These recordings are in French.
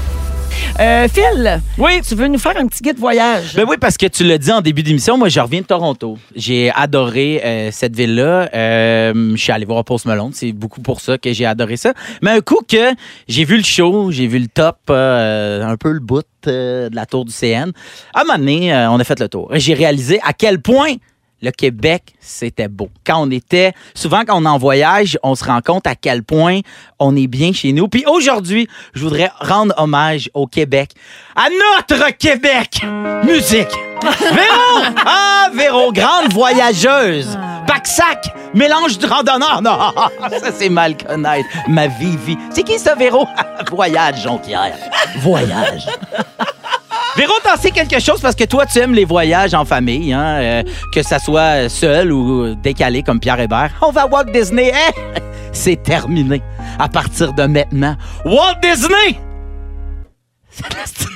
Euh, Phil, Oui. tu veux nous faire un petit guide voyage? Ben oui, parce que tu l'as dit en début d'émission, moi, je reviens de Toronto. J'ai adoré euh, cette ville-là. Euh, je suis allé voir Post Malone. C'est beaucoup pour ça que j'ai adoré ça. Mais un coup que j'ai vu le show, j'ai vu le top, euh, un peu le bout euh, de la tour du CN, à un moment donné, euh, on a fait le tour. Et J'ai réalisé à quel point le Québec, c'était beau. Quand on était, souvent quand on est en voyage, on se rend compte à quel point on est bien chez nous. Puis aujourd'hui, je voudrais rendre hommage au Québec, à notre Québec. Musique. Véro, ah Véro, grande voyageuse. Pac-sac, mélange de randonneur. Non, ça c'est mal connaître ma vie, vie. C'est qui ça, Véro? Voyage, Jonquière. Voyage. Véro, t'en sais quelque chose parce que toi, tu aimes les voyages en famille, hein, euh, que ça soit seul ou décalé comme Pierre Hébert. On va à Walt Disney, hein? C'est terminé. À partir de maintenant, Walt Disney! C'est la sti-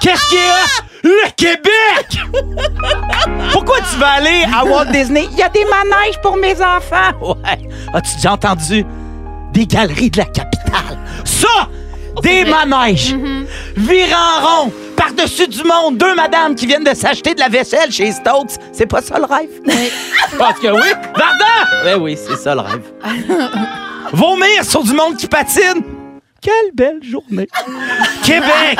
Qu'est-ce qu'il y a? Le Québec! Pourquoi tu vas aller à Walt Disney? Il y a des manèges pour mes enfants! Ouais. As-tu déjà entendu? Des galeries de la capitale. Ça! Des manèges! Virer en rond! Par-dessus du monde, deux madames qui viennent de s'acheter de la vaisselle chez Stokes. C'est pas ça le rêve? Je pense que oui. Varda! Ben oui, c'est ça le rêve. Vomir sur du monde qui patine. Quelle belle journée. Québec!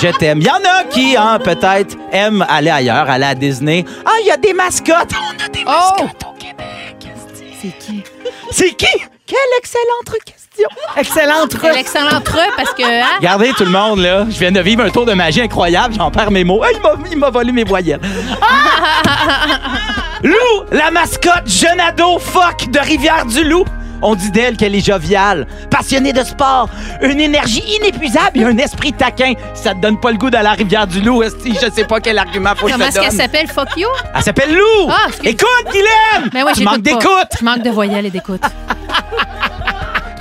Je t'aime. Il y en a qui, hein, peut-être, aiment aller ailleurs, aller à Disney. Ah, il y a des mascottes. On a des Oh! mascottes au Québec. C'est qui? C'est qui? Quelle excellente question. Excellente C'est route. l'excellent entre eux parce que. hein, Regardez tout le monde, là. Je viens de vivre un tour de magie incroyable. J'en perds mes mots. Ah, il m'a- il m'a volé mes voyelles. Ah! Lou, la mascotte jeune ado fuck de Rivière-du-Loup. On dit d'elle qu'elle est joviale, passionnée de sport, une énergie inépuisable et un esprit taquin. Si ça te donne pas le goût d'aller à la Rivière-du-Loup, esti, je sais pas quel argument faut que je Comment te est-ce qu'elle donne. s'appelle? Fuck you? Elle s'appelle Lou. Ah, excuse- Écoute, Guylaine! Mais oui, tu j'écoute manques pas. d'écoute. Je manque de voyelles et d'écoute.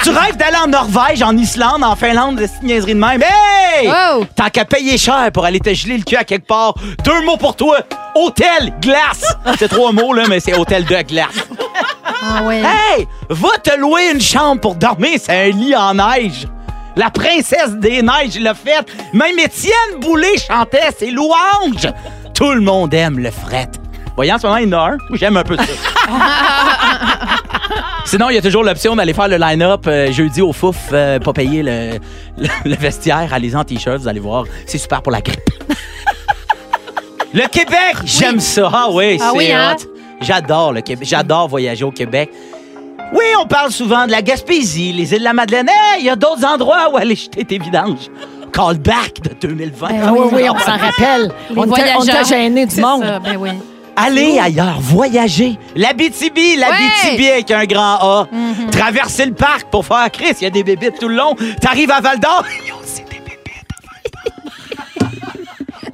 Tu rêves d'aller en Norvège, en Islande, en Finlande, de cette niaiserie de même. Hey! Wow! Tant qu'à payer cher pour aller te geler le cul à quelque part, deux mots pour toi. Hôtel, glace. C'est trois mots, là, mais c'est hôtel de glace. Ah ouais. Hey! Va te louer une chambre pour dormir, c'est un lit en neige. La princesse des neiges l'a fait. Même Étienne Boulay chantait ses louanges. Tout le monde aime le fret. Voyons, en ce moment, il y en a un. Moi, J'aime un peu ça. Sinon, il y a toujours l'option d'aller faire le line-up euh, jeudi au fouf, euh, pas payer le, le, le vestiaire, allez en t-shirt, vous allez voir. C'est super pour la grippe. le Québec, j'aime ça. Ah oui, Ah c'est oui, hein? hot. J'adore le Québec. J'adore voyager au Québec. Oui, on parle souvent de la Gaspésie, les îles de la Madeleine. Hey, Il y a d'autres endroits où aller jeter tes vidanges. Call back de 2020. Ah oui, oui, on s'en rappelle. Ben Les On t'a- on t'a voyageurs. gêné du C'est monde. ça, ben oui. Allez ailleurs, voyager. L'Abitibi, l'Abitibi avec un grand A. Mhm. Traverser le parc pour faire Chris, il y a des bébites tout le long. T'arrives à Val d'Or, il y a aussi des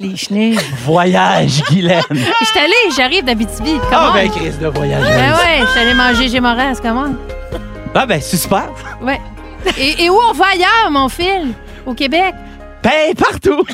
bébites. Les chenilles. Voyage, Guylaine. Je suis allée, j'arrive d'Abitibi. Comment? Ah ben Chris de voyager. Ben ouais, je suis allée manger chez Morin, comment? Ah ben c'est super. Ouais. Et, et où on va ailleurs, mon fil? Au Québec? Ben partout.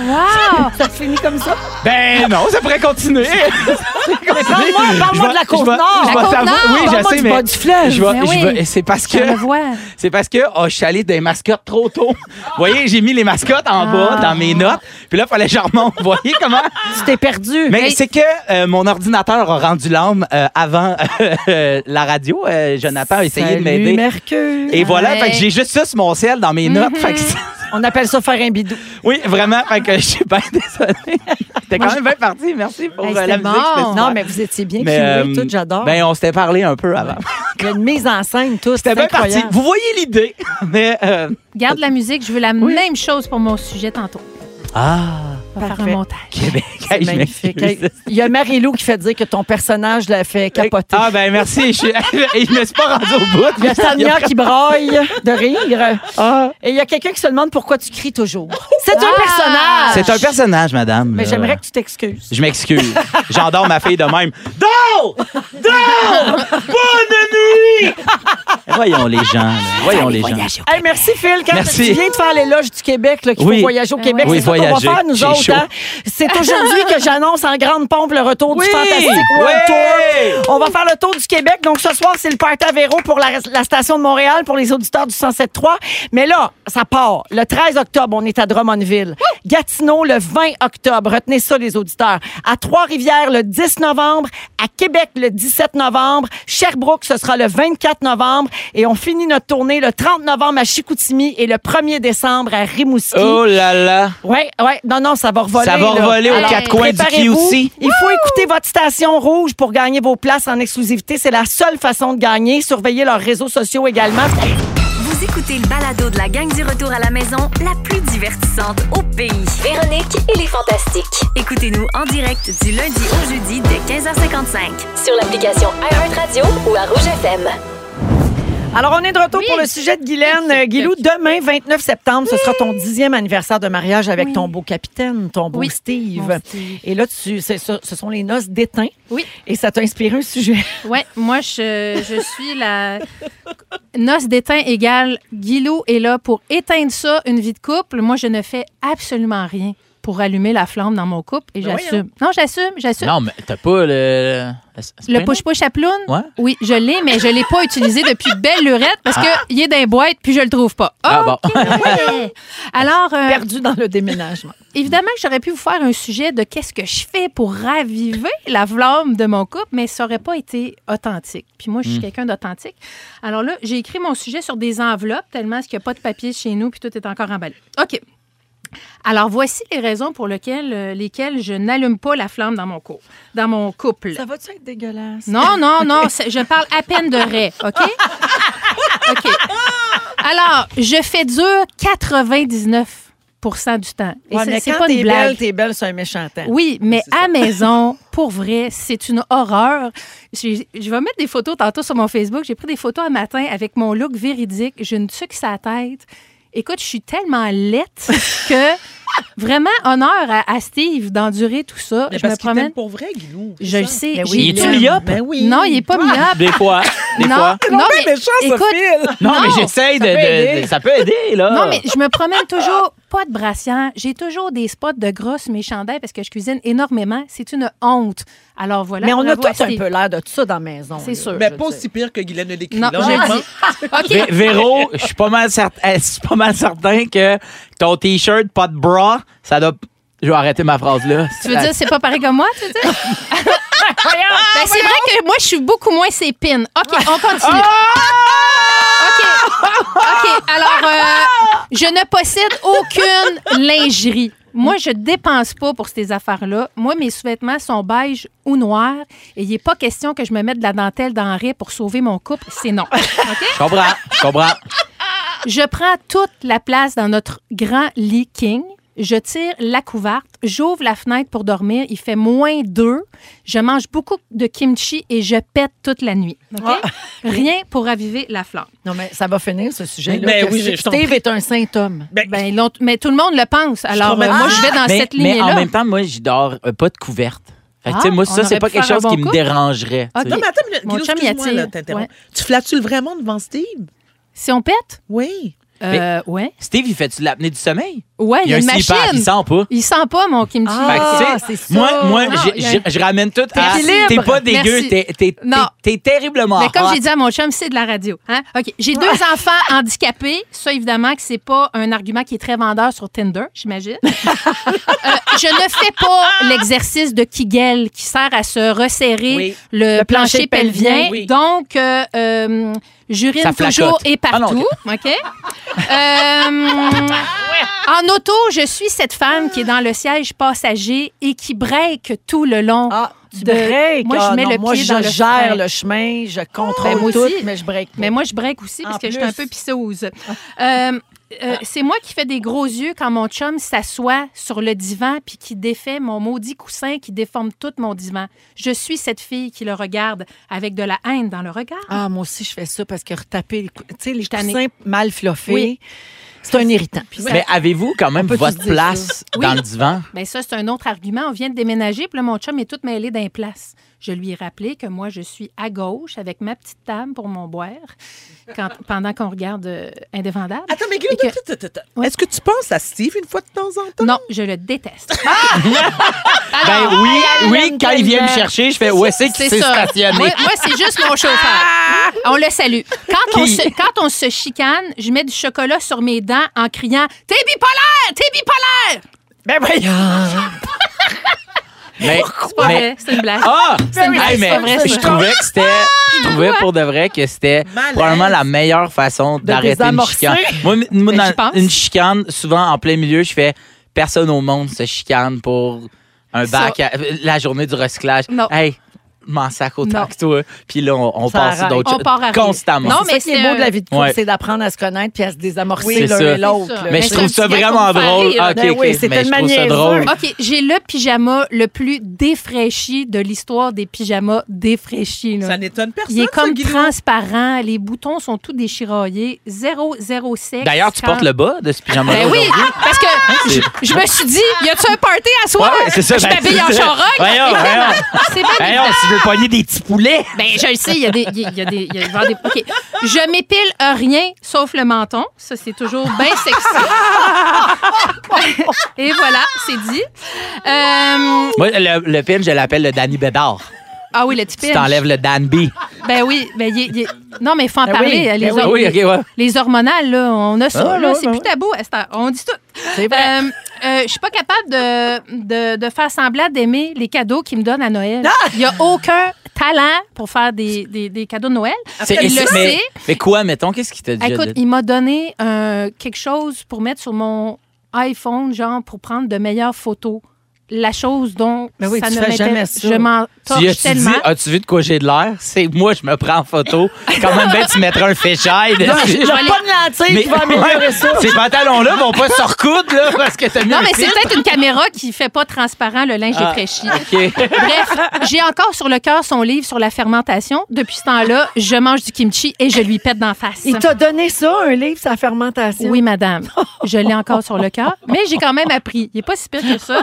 Wow! Ça finit comme ça. Ben non, ça pourrait continuer. Parle-moi Je vais- parle-moi de la je vais- côte nord. je vais La t'avouer- Côte-Nord. Oui, Parle-moi je sais, du mais bas du fleuve. je vais- Ben je oui. vais- c'est parce que Je le vois. C'est parce que oh, je suis allé des mascottes trop tôt. Vous voyez, j'ai mis les mascottes en bas dans mes notes. Puis là, il fallait que je remonte. Vous voyez comment? Ah. Tu t'es perdu. Mais Mais- c'est que euh, mon ordinateur a rendu l'âme euh, avant euh, la radio. Euh, Jonathan a essayé de Salut, m'aider. Mercure. Mhm. Et voilà, Ouais. fait que j'ai juste ça sur mon ciel dans mes notes. Fait que ça- On appelle ça faire un bidou. oui, vraiment, fait que je suis bien désolée. T'es quand même bien parti. Merci pour Hey, euh, la c'était musique. bon. c'était super. Non, mais vous étiez bien Mais, filmés, euh, tout, j'adore. Ben, on s'était parlé un peu avant. Il y a une mise en scène, tout. C'était C'était bien Eh ben, parti. incroyable. Vous voyez l'idée, mais... euh, Garde la musique, je veux la même chose pour mon sujet tantôt. Ah, On va faire Parfait. un montage. Québec. C'est Hey, je magnifique. m'excuse. Hey, Il y a Marie-Lou qui fait dire que ton personnage l'a fait capoter. Ah ben merci, je suis... je me suis pas rendu au bout. Il y a Tania qui braille de rire. Ah. Et il y a quelqu'un qui se demande pourquoi tu cries toujours. C'est un personnage. C'est un personnage, madame. Mais là. j'aimerais que tu t'excuses. Je m'excuse. J'endors ma fille de même. Dors! Dors! Bonne nuit! Voyons les gens. là. Voyons les gens. Hey, merci Phil. Quand Merci. tu viens de faire l'éloge du Québec, là, qu'il Oui. faut voyager au Québec, Oui, c'est ça qu'on va voyager. faire nous J'ai autres. longtemps. C'est aujourd'hui que j'annonce en grande pompe le retour Oui! du Fantastic World Ouais! Tour. On va faire le tour du Québec. Donc, ce soir, c'est le Party à Véro pour la, la station de Montréal, pour les auditeurs du 107.3. Mais là, ça part. Le 13 octobre, on est à Drummondville. Gatineau, le 20 octobre. Retenez ça, les auditeurs. À Trois-Rivières, le 10 novembre. À Québec, le 17 novembre. Sherbrooke, ce sera le 24 novembre. Et on finit notre tournée le 30 novembre à Chicoutimi et le 1er décembre à Rimouski. Oh là là. Oui, oui. Non, non, ça va revoler. Ça va là. revoler aux Alors, quatre coins du cul Préparez-vous. aussi. Il faut écouter votre station rouge pour gagner vos places en exclusivité. C'est la seule façon de gagner. Surveillez leurs réseaux sociaux également. Vous écoutez le balado de la gang du retour à la maison, la plus divertissante au pays. Véronique et les Fantastiques. Écoutez-nous en direct du lundi au jeudi dès 15h55. Sur l'application iHeartRadio ou à Rouge FM. Alors, on est de retour pour le sujet de Guylaine. Euh, Guilou, demain, 29 septembre, ce sera ton dixième anniversaire de mariage avec ton beau capitaine, ton beau Oui, Steve. mon Steve. Et là, tu, c'est ça, ce sont les noces d'étain. Oui. Et ça t'a inspiré un sujet. Ouais, moi, je, je suis la noce d'étain égale Guilou est là pour éteindre ça, une vie de couple. Moi, je ne fais absolument rien pour allumer la flamme dans mon couple et Ben j'assume. Non, j'assume, j'assume. Non, mais t'as pas le. Le push-push à ploune? Ouais. Oui, je l'ai, mais je ne l'ai pas utilisé depuis belle lurette parce qu'il est dans les boîtes puis je le trouve pas. Ah bon. OK, ouais. Alors, euh, Perdu dans le déménagement. évidemment que j'aurais pu vous faire un sujet de qu'est-ce que je fais pour raviver la flamme de mon couple, mais ça n'aurait pas été authentique. Puis moi, je Hmm. suis quelqu'un d'authentique. Alors là, j'ai écrit mon sujet sur des enveloppes tellement qu'il n'y a pas de papier chez nous puis tout est encore emballé. OK. Alors, voici les raisons pour lesquelles, euh, lesquelles je n'allume pas la flamme dans mon, cou- dans mon couple. Ça va-tu être dégueulasse? Non, non, non, c'est- je parle à peine de raie, OK? OK. Alors, je fais dur 99 du temps. Et Ouais, c'est- mais c'est quand pas t'es une blague. belle, t'es belle sur un méchant temps. Oui, mais à maison, pour vrai, c'est une horreur. J'ai- Je vais mettre des photos tantôt sur mon Facebook. J'ai pris des photos un matin avec mon look véridique. J'ai une tuque sa tête. Écoute, je suis tellement lette que vraiment honneur à, à Steve d'endurer tout ça. Mais je me parce qu'il promène. t'aime pour vrai, Guilou. Je le sais. Ben oui, j'ai Il est-tu l'air- myope? Ben oui. Non, il est pas myope. Des fois. Des non, fois. non, mais écoute, Non, mais non, j'essaye de, peut de- aider. de- Ça peut aider, là. Non, mais je me promène toujours pas de brassière. J'ai toujours des spots de grosse mes chandails parce que je cuisine énormément. C'est une honte. Alors voilà. Mais on a bravo à tous un Steve. peu l'air de tout ça dans la maison. C'est là. sûr. Mais je pas le sais. aussi pire que Guylaine ne l'écrit. Non, là, je le honnêtement. dis. Vé- OK. Véro, je suis pas mal certain, eh, je suis pas mal certain que ton t-shirt, pas de bra, ça doit. Je vais arrêter ma phrase là. Tu veux dire, c'est pas pareil comme moi, tu veux dire? Ben, c'est vrai que moi, je suis beaucoup moins sépine. OK, on continue. OK. OK, alors, euh, je ne possède aucune lingerie. Moi, je dépense pas pour ces affaires-là. Moi, mes sous-vêtements sont beige ou noirs. Et il n'est pas question que je me mette de la dentelle dans le riz pour sauver mon couple. C'est non. OK? Je comprends, je comprends. Je prends toute la place dans notre grand lit king. Je tire la couverte, j'ouvre la fenêtre pour dormir. Il fait moins deux. Je mange beaucoup de kimchi et je pète toute la nuit. OK? Rien pour raviver la flamme. Ah. Non, mais ça va finir, ce sujet-là. Ben que oui, j'ai- je Steve est un saint homme. Ben, Ben, l'ont- mais tout le monde le pense. Alors, promets- euh, moi, je vais Ah, dans mais, cette mais en lignée-là. même temps, moi, je dors euh, pas de couverte. Fait que, tu sais, Ah, moi, on ça, c'est aurait pas pu quelque faire un chose bon qui me couple. dérangerait. tu sais. Ok. Non, mais attends, une minute, Mon Guilou, chum, il excuse-moi, attire. là, t'interromps. Ouais. Tu flattes-tu vraiment devant Steve? Si on pète, Oui. euh, ouais. Steve, il fait-tu de l'apnée du sommeil? Ouais, il y a une machine. CPAP, hein, il sent pas. Il sent pas mon kimchi. Fait que, Ah, tu sais, Ah, c'est ça. moi, moi Non, j'ai- Ah, il y a- j'ai- je ramène tout à. libre. T'es pas dégueu, Merci. t'es- t'es Non. t'es- t'es terriblement Mais comme hot. j'ai dit à mon chum, c'est de la radio. Hein? OK. J'ai deux enfants handicapés. Ça, évidemment, que c'est pas un argument qui est très vendeur sur Tinder, j'imagine. Euh, je ne fais Ah! pas l'exercice de Kegel qui sert à se resserrer Oui. le, Le plancher plancher pelvien, pelvien. oui. Donc, euh, euh, Ça j'urine flacote. toujours et Ah non, partout. OK? Euh, en auto, je suis cette femme qui est dans le siège passager et qui break tout le long. Ah, tu de- breaks. Moi, Ah, je mets non, le moi, pied je dans le gère frein. le chemin, je contrôle Ben, moi tout, aussi. mais je break. Mais moi, je break aussi En parce que plus. je suis un peu pisseuse. Euh, euh, c'est moi qui fais des gros yeux quand mon chum s'assoit sur le divan puis qui défait mon maudit coussin qui déforme tout mon divan. Je suis cette fille qui le regarde avec de la haine dans le regard. Ah, moi aussi, je fais ça parce que retaper les, cou- tu sais, les tannée. coussins mal fluffés. Oui. C'est un irritant. Mais avez-vous quand même peut tous votre dire place ça. dans Oui. le divan? Ben ça, c'est un autre argument. On vient de déménager, puis là, mon chum est tout mêlé d'un place. Je lui ai rappelé que moi, je suis à gauche avec ma petite table pour mon boire quand, pendant qu'on regarde euh, Indéfendable. Attends, mais Guillaume, Et que- attends, attends, attends. Ouais. est-ce que tu penses à Steve une fois de temps en temps? Ah! Non, je le déteste. Ben oui, oui, aime quand il vient me tellement. chercher, je fais où est-ce qu'il s'est stationné? Ah! Moi, moi, c'est juste mon chauffeur. On le salue. Quand on, Qui? se, quand on se chicane, je mets du chocolat sur mes dents en criant T'es bipolaire! T'es bipolaire! Ben voyons. Mais, C'est pas mais- vrai, c'est une blague. Ah! C'est une Ah! Hey, blague, c'est mais pas vrai, je ça. trouvais que c'était. Je trouvais pour de vrai que c'était Malaise. probablement la meilleure façon d'arrêter une désamorcer. chicane. Moi, m- moi, Ben, dans j'y pense. une chicane, souvent en plein milieu, je fais personne au monde se chicane pour un Ça. bac à- la journée du recyclage. Non. Hey, je m'en sac autant Non. que toi. Puis là, on, on Ça passe sur arrête. d'autres On part à choses. rire. Constamment. Non, C'est mais ça qui est c'est beau un- de la vie de couple, Ouais. c'est d'apprendre à se connaître puis à se désamorcer Oui, l'un c'est ça. et l'autre. C'est ça. là. Mais Mais je trouve c'est ça un petit gars vraiment qu'on drôle. fait Ah, rire. OK, Ben OK. oui, c'est mais je tellement trouve ça niaiseux. drôle. OK, j'ai le pyjama le plus défraîchi de l'histoire des pyjamas défraîchis. là. Ça n'étonne personne. Il est ça, comme Guilou. transparent, les boutons sont tous déchiraillés, zéro, zéro sexe. D'ailleurs, tu quand- portes le bas de ce pyjama Hein, Ben oui, parce que je, je me suis dit, y a-tu un party à Ouais, soir? ouais, c'est ça. Je ben, m'habille en c'est ça. charogne. Voyons, voyons. C'est pas des- Voyons, si tu veux pogner des petits poulets. Ben, je le sais, il y a des. il y a- il y a des, il y a- il vend des- OK. Je m'épile à rien sauf le menton. Ça, c'est toujours bien sexy. Et voilà, c'est dit. Euh, Moi, le, le pin, je l'appelle le Danny Bédard. ah oui, le petit Tu t'enlèves le Dan B. Ben oui, ben il est- il est- Non, mais il faut en Ben parler. oui, ben les, oui. hor- Oui, OK, ouais. les hormonales, là, on a ça. Ah, là, ouais, c'est ben plus tabou à cette heure. On dit tout. C'est vrai. Euh, euh, je suis pas capable de, de, de faire semblant d'aimer les cadeaux qu'ils me donnent à Noël. Ah! Il n'y a aucun talent pour faire des, des, des cadeaux de Noël. C'est- il le mais, sait. mais quoi, mettons, qu'est-ce qu'il t'a dit? Écoute, il m'a donné euh, quelque chose pour mettre sur mon iPhone, genre pour prendre de meilleures photos. La chose dont Mais oui, ça tu ne fais m'intéresse- jamais ça. Je m'en tu torche as-tu dit, Ah, tellement. as-tu vu de quoi j'ai de l'air? C'est moi, je me prends en photo. Quand même, ben, tu mettras un féchaille. Non, Il n'y a vais aller- pas de lentille qui va améliorer Ouais, ça. Ces pantalons-là vont pas se recoudre, là, parce que t'as mis Non, un mais c'est filtre. peut-être une caméra qui fait pas transparent le linge Ah, défraîchi. OK. Bref, j'ai encore sur le cœur son livre sur la fermentation. Depuis ce temps-là, je mange du kimchi et je lui pète d'en face. Il t'a donné ça, un livre, sa fermentation. Oui, madame. Je l'ai encore sur le cœur, mais j'ai quand même appris. Il n'est pas si pire que ça.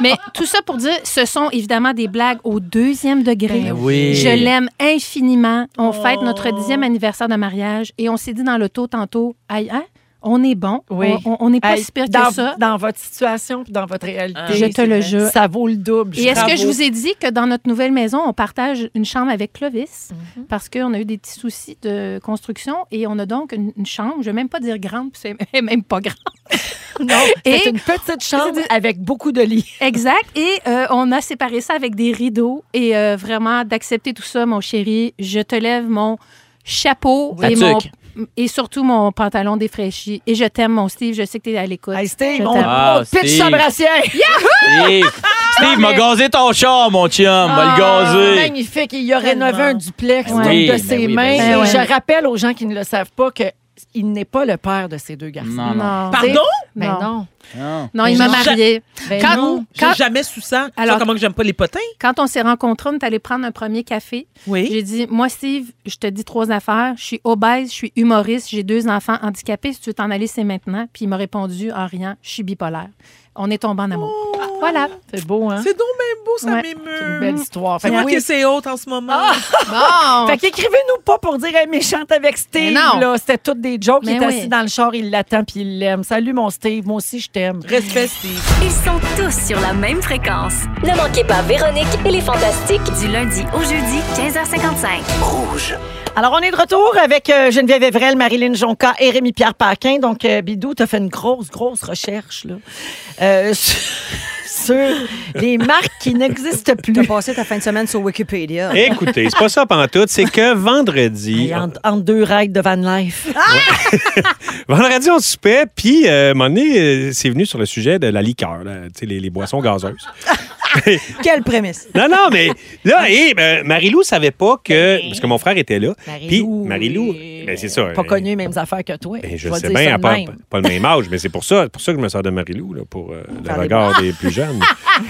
Mais tout ça pour dire, ce sont évidemment des blagues au deuxième degré. Ben oui. Oh. Je l'aime infiniment. On fête notre dixième anniversaire de mariage et on s'est dit dans l'auto tantôt, aïe, hein, on est bon. Oui. On- On n'est pas Hey, si pire dans, que ça. dans votre situation puis dans votre réalité. Ah, Je te le jure. Ça vaut le double. Et est-ce que je vous ai dit que dans notre nouvelle maison, on partage une chambre avec Clovis Mhm. parce qu'on a eu des petits soucis de construction et on a donc une, une chambre, je ne vais même pas dire grande, puis c'est même pas grand. Non, c'est Et- une petite chambre avec beaucoup de lits. Exact. Et euh, on a séparé ça avec des rideaux et euh, vraiment d'accepter tout ça, mon chéri. Je te lève mon chapeau Oui. et, Ta mon, tuque. et surtout mon pantalon défraîchi. Et je t'aime, mon Steve. Je sais que tu es à l'écoute. Hey, Steve, Je on, t'aime. Ah, on pitch Steve. sa brassière. Steve, Steve m'a gazé ton char, mon chum. M'a le Ah, gazé. Magnifique. Il a rénové un duplex Ouais. donc, Oui, de ben ses oui, ben mains. oui. Et Ben ouais. Je rappelle aux gens qui ne le savent pas que il n'est pas le père de ces deux garçons. Non, non. Non. Pardon? Ben Non. non. non. Non, il Mais m'a non. marié. Ben Quand- non. quand- J'ai jamais sous ça. Alors- Alors, comment que j'aime pas les potins? Quand on s'est rencontrés, on est allé prendre un premier café. Oui. J'ai dit, moi, Steve, je te dis trois affaires. Je suis obèse, je suis humoriste, j'ai deux enfants handicapés. Si tu veux t'en aller, c'est maintenant. Puis il m'a répondu en riant, je suis bipolaire. On est tombé en amour. Oh, Ah. Voilà. C'est beau, hein? C'est donc même beau, ça Ouais. C'est une m'émeut. belle histoire. Fait C'est que moi oui. qui c'est haute en ce moment. Bon. Ah! Fait qu'écrivez-nous pas pour dire elle est méchante avec Steve. Ah! Mais non. là. C'était toutes des jokes. il Mais est oui. assis dans le char, il l'attend puis il l'aime. Salut mon Steve, moi aussi je t'aime. Respect, Steve. Ils sont tous sur la même fréquence. Ne manquez pas Véronique et les Fantastiques. Du lundi au jeudi, 15h55. Alors on est de retour avec euh, Geneviève Evrel, Marilyn Jonca et Rémi Pierre Paquin. Donc euh, Bidou, t'as fait une grosse grosse recherche là euh, sur, sur les marques qui n'existent T'as plus. passé ta fin de semaine sur Wikipédia. Écoutez, c'est pas ça pantoute, c'est que vendredi, Et en, entre deux règles de Van Life. vendredi on soupait, puis euh, à un moment donné, euh, c'est venu sur le sujet de la liqueur, là, tu sais, les, les boissons gazeuses. Quelle prémisse! Non, non, mais là, hé, ben, Marie-Lou savait pas que, parce que mon frère était là, puis Marie-Lou, Ben, est ben, c'est ça. Pas euh, connu les mêmes affaires que toi. ben, je vais sais dire bien, ça elle de pas, même. pas le même âge, mais c'est pour ça, pour ça que je me sers de Marie-Lou, là, pour euh, le Faire des regard des plus jeunes.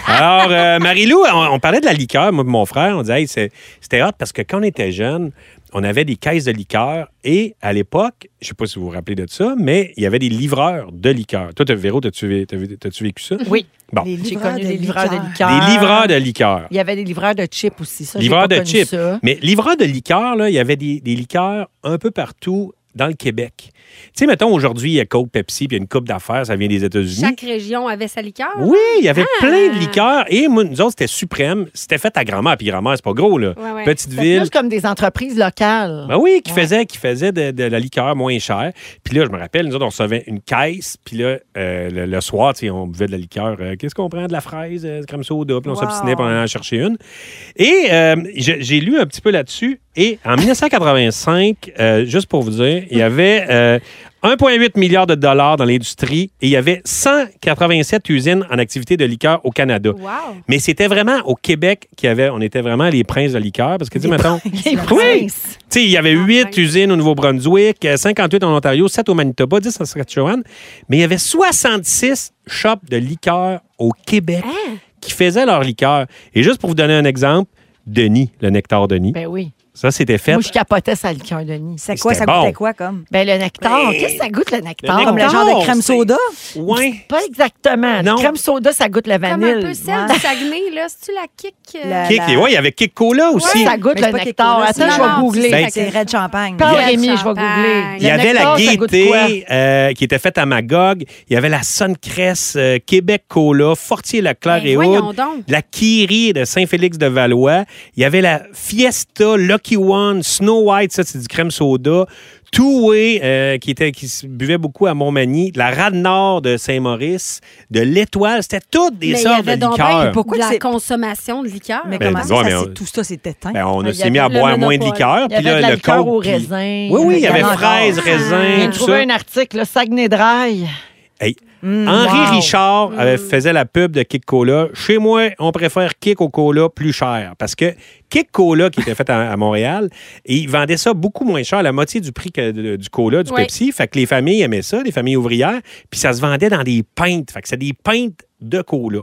Alors, euh, Marie-Lou, on, on parlait de la liqueur, moi et mon frère, on disait, Hey, c'est- c'était hot parce que quand on était jeune, on avait des caisses de liqueur et à l'époque, je sais pas si vous vous rappelez de ça, mais il y avait des livreurs de liqueur. Toi, t'as- Véro, t'as-tu vé- t'as vé- t'as-tu vécu ça? Oui. Bon. Les J'ai livreurs connu de des livreurs de liqueurs. liqueurs. Des livreurs de liqueur. Il y avait des livreurs de chips aussi. Ça, j'ai Livreurs pas de connu chips. ça. Mais livreurs de liqueurs, là, il y avait des, des liqueurs un peu partout dans le Québec. Tu sais, mettons, aujourd'hui, il y a Coke, Pepsi, puis il y a une coupe d'affaires, ça vient des États-Unis. Chaque région avait sa liqueur. hein? Ah! Oui, il y avait plein de liqueurs. Et moi, nous autres, c'était suprême. C'était fait à grand-mère. Puis grand-mère, c'est pas gros, là. Ouais, ouais. Petite C'était ville. plus comme des entreprises locales. Ben oui, qui faisait, qui faisait de, de la liqueur moins chère. Puis là, je me rappelle, nous autres, on recevait une caisse. Puis là, euh, le, le soir, tu sais, on buvait de la liqueur. Euh, Qu'est-ce qu'on prend? De la fraise, euh, du crème soda. Puis on Wow. s'obstinait pour en chercher une. Et euh, j'ai j'ai lu un petit peu là-dessus. Et en 1985, euh, juste pour vous dire, il y avait euh, 1,8 milliard de dollars dans l'industrie et il y avait 187 usines en activité de liqueur au Canada. Wow. Mais c'était vraiment au Québec qu'il y avait, on était vraiment les princes de liqueur. Parce que, tu sais, mettons, Les oui, princes. tu sais, il y Ah, avait huit ben. usines au Nouveau-Brunswick, euh, 58 en Ontario, 7 au Manitoba, 10 en Saskatchewan, mais il y avait 66 shops de liqueurs au Québec Hein? qui faisaient leur liqueur. Et juste pour vous donner un exemple, Denis, le nectar Denis, Ben oui. ça c'était fait. Moi, je capotais ça, le cœur de Nice. C'est quoi, C'était ça bon. goûtait quoi comme? Ben, le nectar, Ben, qu'est-ce que ça goûte, le nectar? nectar. Comme le genre de crème c'est- soda? Ouais. Pas exactement. Non. Du crème soda, ça goûte la Comme vanille. un peu celle du Saguenay, là. C'est-tu la kick? euh, La- Kick, et ouais, il y avait Kick Cola aussi. Ça goûte Mais c'est le pas nectar. quelque chose, Attends, je vais non, googler. Ben, C'est Red Champagne. Parle, Il y a- Rémi, je vais Champagne. googler. Il Il y Le avait la nectar, ça goûte quoi? gaieté euh, qui était faite à Magog. Il y avait la Suncress, euh, Québec Cola, Fortier Leclerc Ben, et voyons Aude, donc. la Kiri de Saint-Félix de Valois. Il y avait la Fiesta, Lucky One, Snow White, ça c'est du crème soda. Two Way, euh, qui, était, qui se buvait beaucoup à Montmagny. La Rade Nord de Saint-Maurice. De l'Étoile. C'était toutes des Mais il y sortes de avait donc bien liqueurs. Pourquoi de la c'est- consommation de liqueur. Ah, Mais Ben, comment dis-moi, ça, mais ça, on- c'est- tout ça, c'est éteint? Ben, on Il y s'est avait mis à le boire moins de monopole. liqueur. Il y Puis avait là, de la le liqueur Coke, au puis- raisin. Oui, oui, il y avait en a fraises, encore. raisins, J'ai tout trouvé ça. un article, le Saguenay Dry. Hey, Mm. Henri wow. Richard euh, faisait la pub de Kick Cola. Chez moi, on préfère Kick au Cola plus cher parce que Kick Cola, qui était fait à, à Montréal, et ils vendaient ça beaucoup moins cher, la moitié du prix que de- du Cola, du Ouais. Pepsi. Fait que les familles aimaient ça, les familles ouvrières, puis ça se vendait dans des pintes. Fait que c'est des pintes de Cola.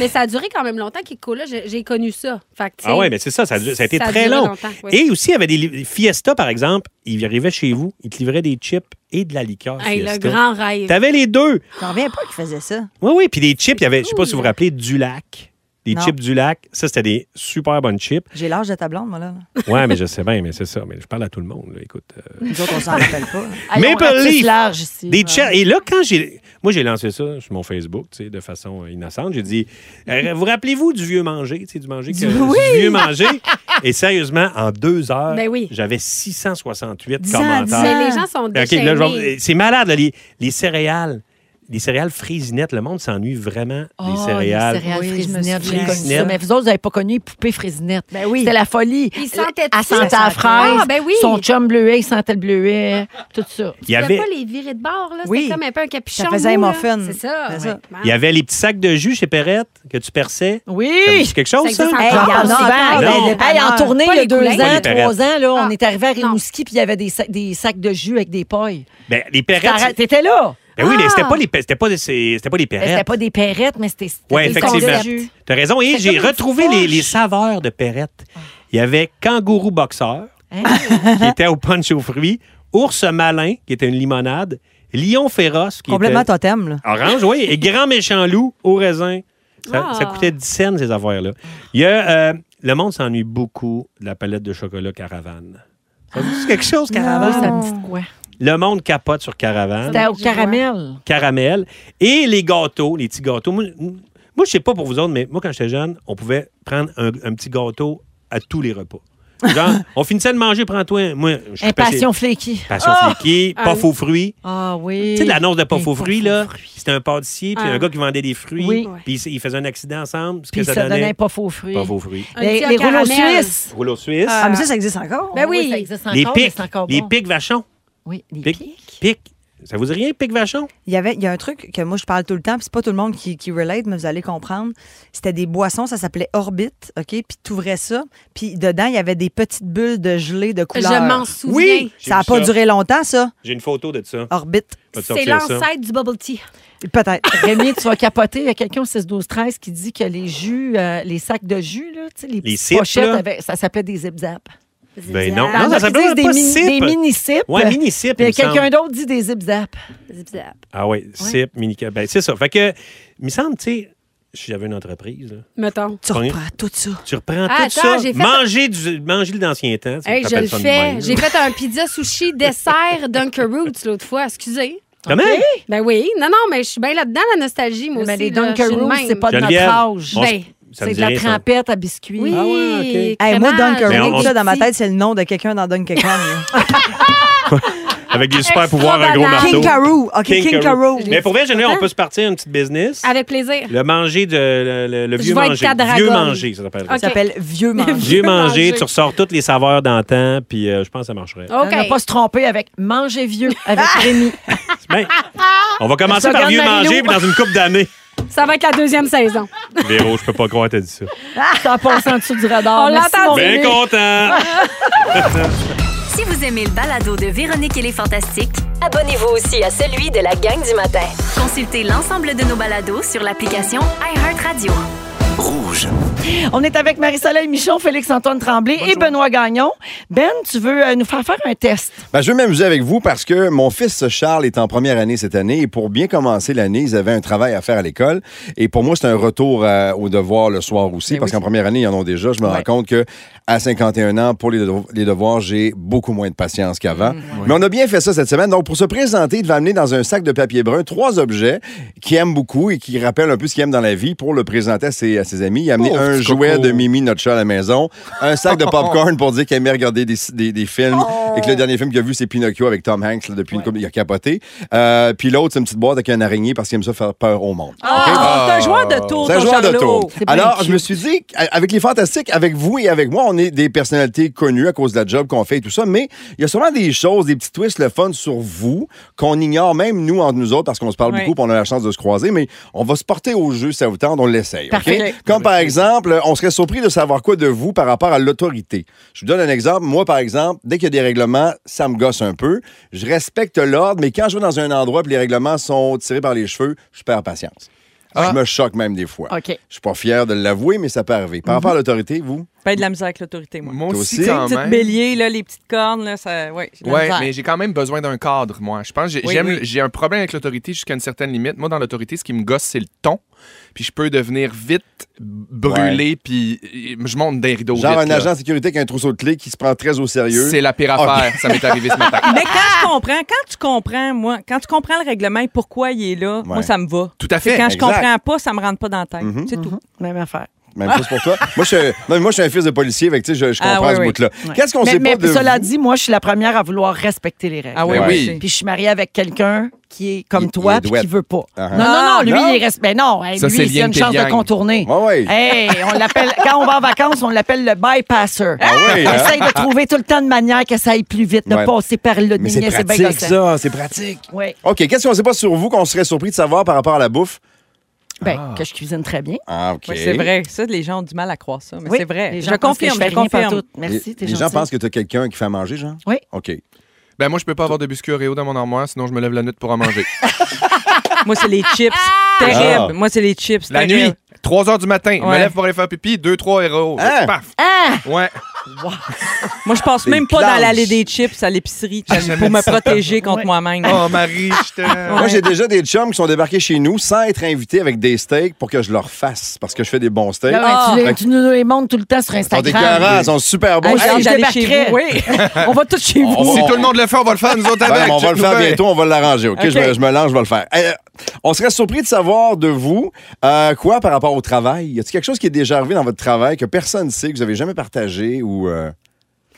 Mais ça a duré quand même longtemps, Kick Cola. J'ai j'ai connu ça. Fait que, tu sais, Ah ouais, mais c'est ça, ça a, du- ça a été ça a très duré long. longtemps, oui. Et aussi, il y avait des li- Fiesta, par exemple, ils arrivaient chez vous, ils te livraient des chips et de la liqueur. hey, le Ah, Fiesta. grand rêve. T'avais les deux. J'en reviens pas qu'ils faisaient ça. Oui, oui. Puis des chips, il y avait, je sais pas si vous vous rappelez, du lac. Des Non. chips du lac. Ça, c'était des super bonnes chips. J'ai l'âge de ta blonde, moi, là. Ouais, mais je sais bien, mais c'est ça. Mais je parle à tout le monde, là, écoute. euh. Nous autres, on s'en rappelle pas. Hey, Maple on ratisse Leaf. large ici. Des Ouais. chips. Et là, quand j'ai. Moi, j'ai lancé ça sur mon Facebook, tu sais, de façon euh, innocente. J'ai dit euh, Vous rappelez-vous du vieux manger, tu sais, du manger que- du, vieux manger. Et sérieusement, en deux heures, Ben oui. j'avais 668 Dix ans, commentaires. Mais les gens sont OK, là, déchaînés. je vais- C'est malade, là, les, les céréales. Les céréales friesinettes. Le monde s'ennuie vraiment Oh, des céréales. Les céréales Oui, je me Frisinette, j'ai souviens. connu ça. Mais vous autres, vous n'avez pas connu les poupées frisinette. Ben oui. C'était la folie. Ils sentaient Elle tout. sentait la fraise. Ah, ben oui. Son chum bleuet, il sentait le bleuet. Tout ça. Il y Tu avait. pouvais pas les virer de bord, là. Oui. C'était comme un peu un capuchon. Ça faisait un mou, là. muffin. C'est ça. C'est ça. ouais. Il y avait les petits sacs de jus chez Perrette que tu perçais. Ça vous dit Oui! quelque chose, Ça ça? existe Hey, J'en il y en a parle encore, ben, Non. souvent. les Hey, en dépanneurs. tournée, Pas il y a les deux couleurs. ans, Pas les trois ans, là, on Ah. est arrivé à Non. Rimouski, puis il y avait des sacs, des sacs de jus avec des pailles. Ben, les T'arrêtes- Perrettes. T'étais là. Ben oui, mais c'était pas les, pe- c'était pas des- c'est- c'était pas les C'était Perrettes. pas des perrettes, mais c'était. c'était Oui, des effectivement. sacs de jus. T'as raison. Et C'était j'ai comme une retrouvé les, poche. les saveurs de Perrette. Ah. Il y avait kangourou boxeur, Hein? qui était au punch aux fruits, ours malin, qui était une limonade, lion féroce, qui Complètement était totem, là. orange, oui, et grand méchant loup au raisin. Ça, Ah. ça coûtait 10 cents, ces affaires-là. Il y a, euh, le monde s'ennuie beaucoup de la palette de chocolat caravane. Ça vous dit quelque chose, Ah, caravane? Ça me dit de quoi? Le monde capote sur Caravane, C'était au caramel. Caramel et les gâteaux, les petits gâteaux. Moi, m- moi, je sais pas pour vous autres, mais moi, quand j'étais jeune, on pouvait prendre un, un petit gâteau à tous les repas. Genre, on finissait de manger, prends-toi un. Moi, je suis Impassion flaky. passé- Passion fliquée, puff aux fruits. Ah oui. Tu sais, de l'annonce de puff Des aux fruits, puffs là, aux fruits. c'était un pâtissier, puis Ah. un gars qui vendait des fruits, Oui. puis il s- ils faisaient un accident ensemble. Ce que Puis ça, ça donnait donnait, un puff aux fruits. puff aux fruits. Ben, Un petit Les, au les rouleaux caramel. suisses. Rouleau suisse. Ah, mais ça, ça existe encore. Ben oui. ça existe les encore, mais pics. c'est encore Les bon. pics vachons. Oui, les Pics. pics. Pics. Ça vous dit rien, pics vachons? Il y, avait, il y a un truc que moi, je parle tout le temps, puis c'est pas tout le monde qui, qui relate, mais vous allez comprendre. C'était des boissons, ça s'appelait Orbite, OK? Puis t'ouvrais ça, puis dedans, il y avait des petites bulles de gelée de couleur. Je m'en souviens. Oui. J'ai Ça a vu pas ça. duré longtemps, ça, J'ai une photo de ça. Orbite. Pas de C'est sortir ça. l'ancêtre du bubble tea. Peut-être. Rémi, tu vas capoter. Il y a quelqu'un au 6-12-13 qui dit que les jus, euh, les sacs de jus, là, tu sais, les, petites zips, pochettes, là. avaient- ça s'appelait des zip-zap. Ben non. Il y en Non, a ça qui s'appelle disent des pas mini- sip. Des mini-sips. Ouais, mini-sip. il Puis me quelqu'un semble. d'autre dit des zip-zap. Zip-zap. Ah oui, sip, mini Ben, c'est ça. Fait que, il me semble, tu sais, si j'avais une entreprise, là, Mettons. Tu Pas rien. reprends tout ça. tu reprends Ah, tout ça. attends, j'ai fait- Manger, du, manger le d'ancien temps. ça Hey, je s'appelle le ça de fais. même. J'ai fait un pizza sushi dessert Dunkeroots l'autre fois. Excusez. Comment? Ben oui. Non, non, mais je suis bien là-dedans, la nostalgie, moi Mais aussi. Ben, les là. Je suis de Dunkaroos, même. c'est pas de notre Geneviève, âge. on s- Ben, ça me C'est de dit la rien, ça. trempette à biscuits. Oui. Ah ouais, Hey, moi, crémage. Dunker Mais on- ça, dans ma tête, c'est le nom de quelqu'un dans Dunker Avec des super pouvoirs, un gros marteau. King Karoo. OK, King King Karoo. Karoo. Mais pour vrai, Geneviève, on peut se partir un petit business. Avec plaisir. Le manger de. Le, le- le Je vieux vais être manger. Cadragon. Vieux manger, ça s'appelle. OK. Ça s'appelle Vieux Mange. Vieux Vieux manger, manger. Oh. tu ressors toutes les saveurs d'antan, puis euh, je pense que ça marcherait. On n'a OK. pas se tromper avec manger vieux avec Rémi. Ben, on va commencer Le par slogan vieux de Marilou. manger, puis dans une coupe d'années. Ça va être la deuxième saison. Véro, je peux pas croire que t'as dit ça. Ça passe en dessous du radar. On Merci, l'entend mon dire. Rémi. Bien content! Si vous aimez le balado de Véronique et les Fantastiques, Abonnez-vous aussi à celui de la gang du matin. consultez l'ensemble de nos balados sur l'application iHeartRadio. On est avec Marie-Soleil Michon, Félix-Antoine Tremblay et Benoît Gagnon. Ben, tu veux euh, nous faire faire un test? Ben, je vais m'amuser avec vous parce que mon fils Charles est en première année cette année et pour bien commencer l'année, ils avaient un travail à faire à l'école. Et pour moi, c'est un retour euh, au devoir le soir aussi Ben parce qu'en première année, ils en ont déjà. Je me rends compte que à 51 ans, pour les, devo- les devoirs, j'ai beaucoup moins de patience qu'avant. Mmh, Mais on a bien fait ça cette semaine. Donc, pour se présenter, il va amener dans un sac de papier brun trois objets qu'il aime beaucoup et qui rappellent un peu ce qu'il aime dans la vie pour le présenter à ses, à ses amis. Il a amené Pauvre un petit jouet coco. de Mimi, notre chat à la maison, un sac de popcorn pour dire qu'il aimait regarder des, des- des films et Oh. que le dernier film qu'il a vu, c'est Pinocchio avec Tom Hanks là, depuis une couple, il a capoté. Euh, puis l'autre, c'est une petite boîte avec une araignée parce qu'il aime ça faire peur au monde. Ah, c'est un joueur de tour, C'est un ton joueur de Charlot. tour. C'est bien Alors, cute. je me suis dit, qu'à- avec les fantastiques, avec vous et avec moi, on est des personnalités connues à cause de la job qu'on fait et tout ça, mais il y a sûrement des choses, des petits twists, le fun sur vous, qu'on ignore même nous entre nous autres parce qu'on se parle Oui. beaucoup et on a la chance de se croiser, mais on va se porter au jeu, si ça vous tente, on l'essaye. OK? Parfait. Comme par exemple, on serait surpris de savoir quoi de vous par rapport à l'autorité. Je vous donne un exemple. Moi, par exemple, dès qu'il y a des règlements, ça me gosse un peu. Je respecte l'ordre, mais quand je vais dans un endroit et les règlements sont tirés par les cheveux, je perds patience. Je me choque même des fois. Ah. OK. Mhm. Je suis pas fier de l'avouer, mais ça peut arriver. Par rapport à l'autorité, vous? Pas de la misère avec l'autorité, moi. Moi Toi aussi, aussi? quand Les petites même. béliers, là, les petites cornes, là, ça. Ouais, j'ai de la Ouais, misère. mais j'ai quand même besoin d'un cadre, moi. Je pense que j'ai Oui, j'aime- oui. j'ai un problème avec l'autorité jusqu'à une certaine limite. Moi, dans l'autorité, ce qui me gosse, c'est le ton. Puis je peux devenir vite brûlé, puis euh, je monte des rideaux. Genre vite, un là. agent de sécurité qui a un trousseau de clés qui se prend très au sérieux. C'est la pire Ok. affaire. Ça m'est arrivé ce matin. Mais quand je comprends, quand tu comprends, moi, quand tu comprends le règlement et pourquoi il est là, moi, ça me va. Tout à C'est fait. Mm-hmm. quand je Exact. comprends pas, ça me rentre pas dans la tête. C'est tout. Mm-hmm. Même affaire. Même chose pour toi. moi, je suis, un- non, mais moi, je suis un fils de policier, avec, tu sais, je, je Ah, comprends oui, ce oui. bout-là. Ouais. Qu'est-ce qu'on mais, sait mais pas de cela vous? dit, moi, je suis la première à vouloir respecter les règles. Ah ouais, Ben oui, oui. Puis je suis mariée avec quelqu'un qui est comme Il- il toi est puis douette. qui veut pas. Ah, ah. Non, non, non, lui, Non? il est respect. Non, hey, Ça, lui, c'est il y a yin une puis chance de yang. contourner. Ouais, ouais. Hey, on l'appelle quand on va en vacances, on l'appelle le bypasser. Ah oui, hein? Essaye de trouver tout le temps de manière que ça aille plus vite, de Ouais. passer par le Mais c'est nid, bien pratique, gossant. ça. C'est pratique. Oui. OK, qu'est-ce qu'on sait pas sur vous qu'on serait surpris de savoir par rapport à la bouffe? Ben, que je cuisine très bien. Ah, OK. Ouais, c'est vrai. Ça, les gens ont du mal à croire ça. Mais Oui, c'est vrai. les Je gens pensent que confirme, je, fais rien confirme. pantoute. Les- Merci, t'es les gens gentil. pensent que tu as quelqu'un qui fait à manger, genre? Oui. OK. Ben moi, je peux pas avoir de biscuits Oreo dans mon armoire, sinon je me lève la nuit pour en manger. Moi, c'est les chips. Ah! Ah. Ah! Terrible. Moi, c'est les chips. la terrible. nuit, 3 heures du matin, je me Ouais. lève pour aller faire pipi, 2-3 Oreo. Hein? Paf! Ah! Ouais. Moi, je passe Des même pas clashs. dans l'allée des chips à l'épicerie Ah, tu sais, j'aimais pour me ça. protéger contre Ouais. moi-même. Oh, Marie, je t'aime. Moi, j'ai déjà des chums qui sont débarqués chez nous sans être invités avec des steaks pour que je leur fasse parce que je fais des bons steaks. Là, ouais, Ah. ben, tu, les- Fait que- tu nous les montres tout le temps sur Ils sont Instagram. écœurants, ils sont super beaux. Moi, Hey, j'ai envie je d'aller chez débarquerai. vous. Oui. on va tous chez vous. on- Si tout le monde le fait, on va le faire, nous autres Ben, avec. on va le Check-nous faire bien. bientôt, on va l'arranger, OK? OK. Je, me, je me lance, je vais le faire. Euh, on serait surpris de savoir de vous, euh, quoi par rapport au travail? Y a-t-il quelque chose qui est déjà arrivé dans votre travail que personne ne sait, que vous avez jamais partagé ou... euh,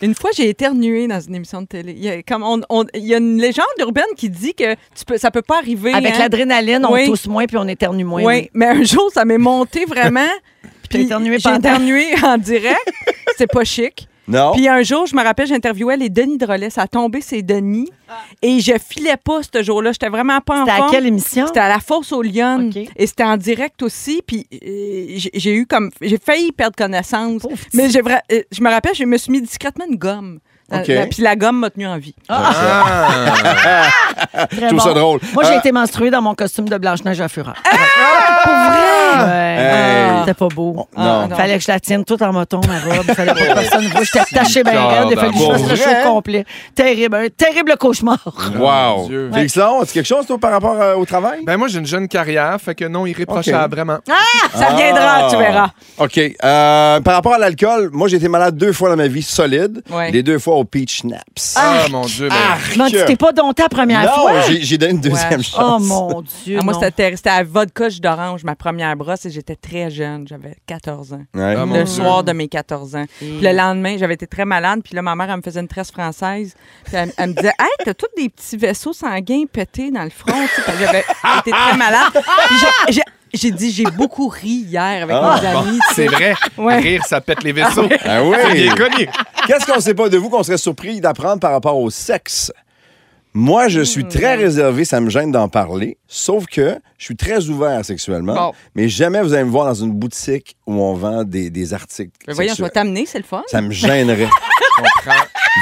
Une fois, j'ai éternué dans une émission de télé. Il y a, comme on- on- il y a une légende urbaine qui dit que tu peux, ça peut pas arriver. Avec hein. l'adrénaline, on Oui. tousse moins puis on éternue moins. Oui, mais un jour, ça m'est monté vraiment. T'as Puis éternué J'ai pendant. éternué en direct. C'était pas chic. Non? Puis un jour, je me rappelle, j'interviewais les Denis Drolet. Ça a tombé, ces Denis. Et je filais pas ce jour-là. J'étais vraiment pas en Ah. C'était à forme. quelle émission? C'était à la fosse aux Lyonnes. OK. Et c'était en direct aussi. Puis euh, j'ai j'ai eu comme. J'ai failli perdre connaissance. Pauvre petit. Mais j'ai vra- euh, je me rappelle, je me suis mis discrètement une gomme La- OK. la- Puis la gomme m'a tenu en vie. Ah, Ah. Je trouve ça bon. drôle. Moi, j'ai Euh, été menstruée dans mon costume de Blanche-Neige à Fureur. Ah! Ouais. Hey. C'était pas beau. non. Ah, Fallait que je la tienne toute en moton, ma robe. Fallait pas que personne voie. J'étais attachée bien raide. bizarre, Il fallait que je d'abord. fasse le Vrai? show complet. Terrible. Un terrible cauchemar. Wow. Oh, Dieu. Félixon, as-tu quelque chose, toi, par rapport euh, au travail? Ben, moi, j'ai une jeune carrière, fait que non, irréprochable, Ok. vraiment. Ah! OK. Euh, par rapport à l'alcool, moi, j'ai été malade deux fois dans ma vie, solide. Ouais. Les deux fois au peach naps. Ah, mon Dieu, ben- Non, tu t'es pas dompté la première Non, fois. j'ai- j'ai donné une deuxième Ouais. chance. Ah, moi, non. c'était terri- c'était à vodka jus d'orange, ma première brosse, et j'étais très jeune. J'avais 14 ans. Ouais. Ah, mon le Dieu. soir de mes 14 ans. Puis le lendemain, j'avais été très malade. Puis là, ma mère, elle me faisait une tresse française. Puis elle, elle me disait Hey, t'as tous des petits vaisseaux sanguins pétés dans le front. tu sais. Puis j'avais été très malade. Puis j'ai- j'ai- J'ai dit, j'ai beaucoup ri hier avec Ah, mes bon, amis. tu sais. c'est vrai. Ouais. Rire, ça pète les vaisseaux. Ah oui. C'est bien connu. Qu'est-ce qu'on sait pas de vous qu'on serait surpris d'apprendre par rapport au sexe? Moi, je suis très réservé, ça me gêne d'en parler, sauf que je suis très ouvert sexuellement, Bon. mais jamais vous allez me voir dans une boutique où on vend des, des articles. Mais voyons, je sexuels. vais t'amener, c'est le fun. Ça me gênerait.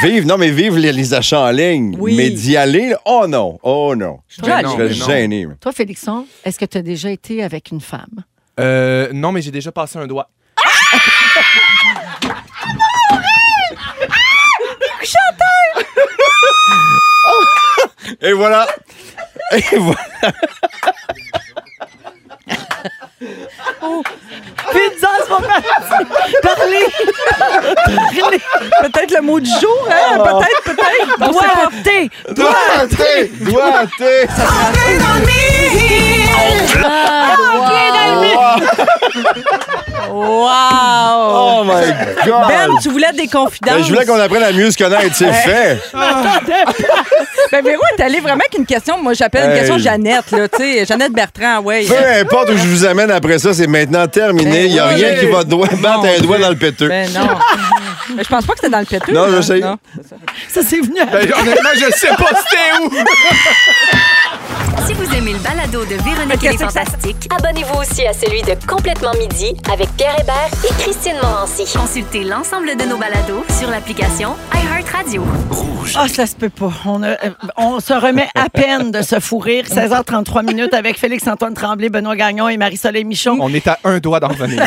Vive, non, mais vive les, les achats en ligne. Oui. Mais d'y aller, là, oh non, oh non. Je Mais non, serais mais non. gêné. Toi, Félixon, est-ce que tu as déjà été avec une femme? Euh, non, mais j'ai déjà passé un doigt. Chanteur! Et voilà. Et voilà. Oh. Pizza, c'est pas parti! Parlez! Parlez! Peut-être le mot du jour, Ah. hein? Peut-être, peut-être. On sait pas. Doigté! Doigté! Doigté! Wow! Oh my God! Ben, tu voulais des confidences. Ben, je voulais qu'on apprenne à mieux se connaître, c'est fait. Ben, Véro est allée vraiment avec une question. Moi, j'appelle une Hey. question Jeannette, là, tu sais. Jeannette Bertrand, ouais. Peu importe où je vous amène après ça, c'est maintenant terminé. Il n'y a oui. rien qui va doigt, battre un doigt dans le péteux. Ben non. Mais je pense pas que c'était dans le péteux. Non, là. je sais. Non. Ça, c'est venu. Ben, honnêtement, je sais pas c'était où. Si vous aimez le balado de Véronique et les Fantastiques, Abonnez-vous aussi à celui de Complètement Midi avec Pierre Hébert et Christine Morancy. consultez l'ensemble de nos balados sur l'application iHeartRadio. Ah, ça se peut pas. On, a- euh, on se remet à peine de se fourrir. 16h33 minutes avec Félix-Antoine Tremblay, Benoît Gagnon et Marie-Soleil Michon. On est à un doigt d'en venir.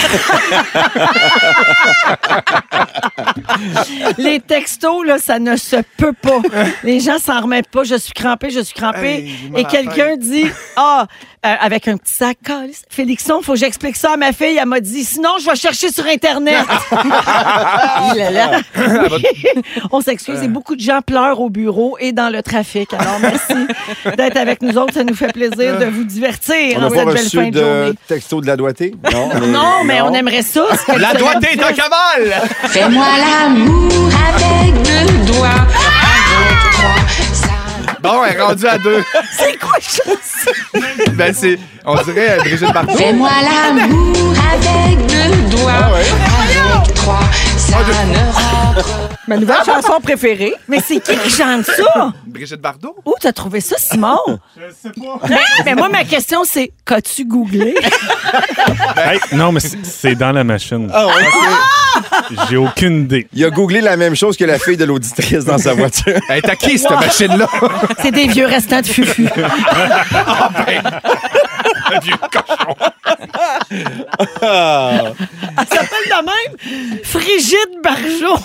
Les textos, là, ça ne se peut pas. Les gens s'en remettent pas. Je suis crampée, je suis crampée. Hey, j'ai mal Et à la quelqu'un tête. dit, ah, euh, avec un petit sac, Calisse. Félixon, faut que j'explique ça à ma fille. Elle m'a dit, sinon, je vais chercher sur Internet. Il est là. Ah, Oui. On s'excuse. Et beaucoup de gens pleurent au bureau et dans le trafic. Alors, merci d'être avec nous autres. Ça nous fait plaisir de vous divertir. On n'a en pas cette belle fin reçu de, journée. de texto de la doigté? Non, Non, mais on aimerait ça. La doigté est en cavale! Fais-moi l'amour avec deux doigts, avec trois. Bon, elle est rendue à deux. C'est quoi ça? Ben, c'est, on dirait euh, Brigitte Bardot. Fais-moi l'amour avec deux doigts, Ah avec trois. Ça ne rentre. Ma nouvelle chanson préférée. Ah, Mais c'est qui qui chante ça? Brigitte Bardot? Où t'as trouvé ça, Simon? Je sais pas. Mais, mais moi, ma question, c'est qu'as-tu googlé? Hey, non, mais c'est c'est dans la machine. Ah ouais, J'ai aucune idée. Il a googlé la même chose que la fille de l'auditrice dans sa voiture. Elle est à qui, cette Wow. machine-là? C'est des vieux restants de fufu. Ah! Elle s'appelle de même Frigide Barjot.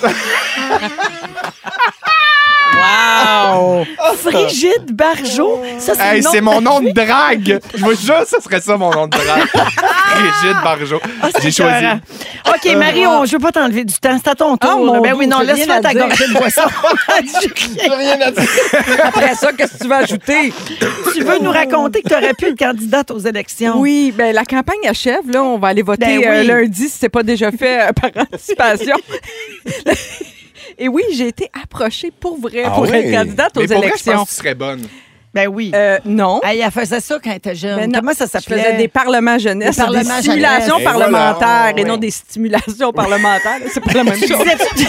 Wow! Frigide Barjot. Ça, c'est Hey, le nom c'est de mon ma nom de fille. drague! Je vous jure, ce serait ça mon nom de drague. Brigitte Barjot. J'ai choisi. Ah, écœurant. OK, Marion, je veux pas t'enlever du temps. C'est à ton tour. Euh, ah. mon là. ben Dieu, oui, non, j'ai rien laisse-moi à ta dire. gorgée de boisson. rien à dire. Après ça, qu'est-ce que tu vas ajouter? Tu veux nous raconter que tu aurais pu être candidate aux élections? Oui, ben la campagne achève. Là, on va aller voter Ben oui. euh, lundi si c'est pas déjà fait euh, par anticipation. Et oui, j'ai été approchée pour vrai Ah pour oui? être candidate aux Mais pour vrai, je élections. Euh, pense que tu serais bonne. Ben oui. non. elle faisait ça quand elle était jeune. Ben non, Comment ça Je faisais s'appelait? des parlements jeunesse, Des des, parlements simulations jeunesse. Et parlementaires voilà. et non des stimulations parlementaires. C'est pas la même chose. Disais-tu-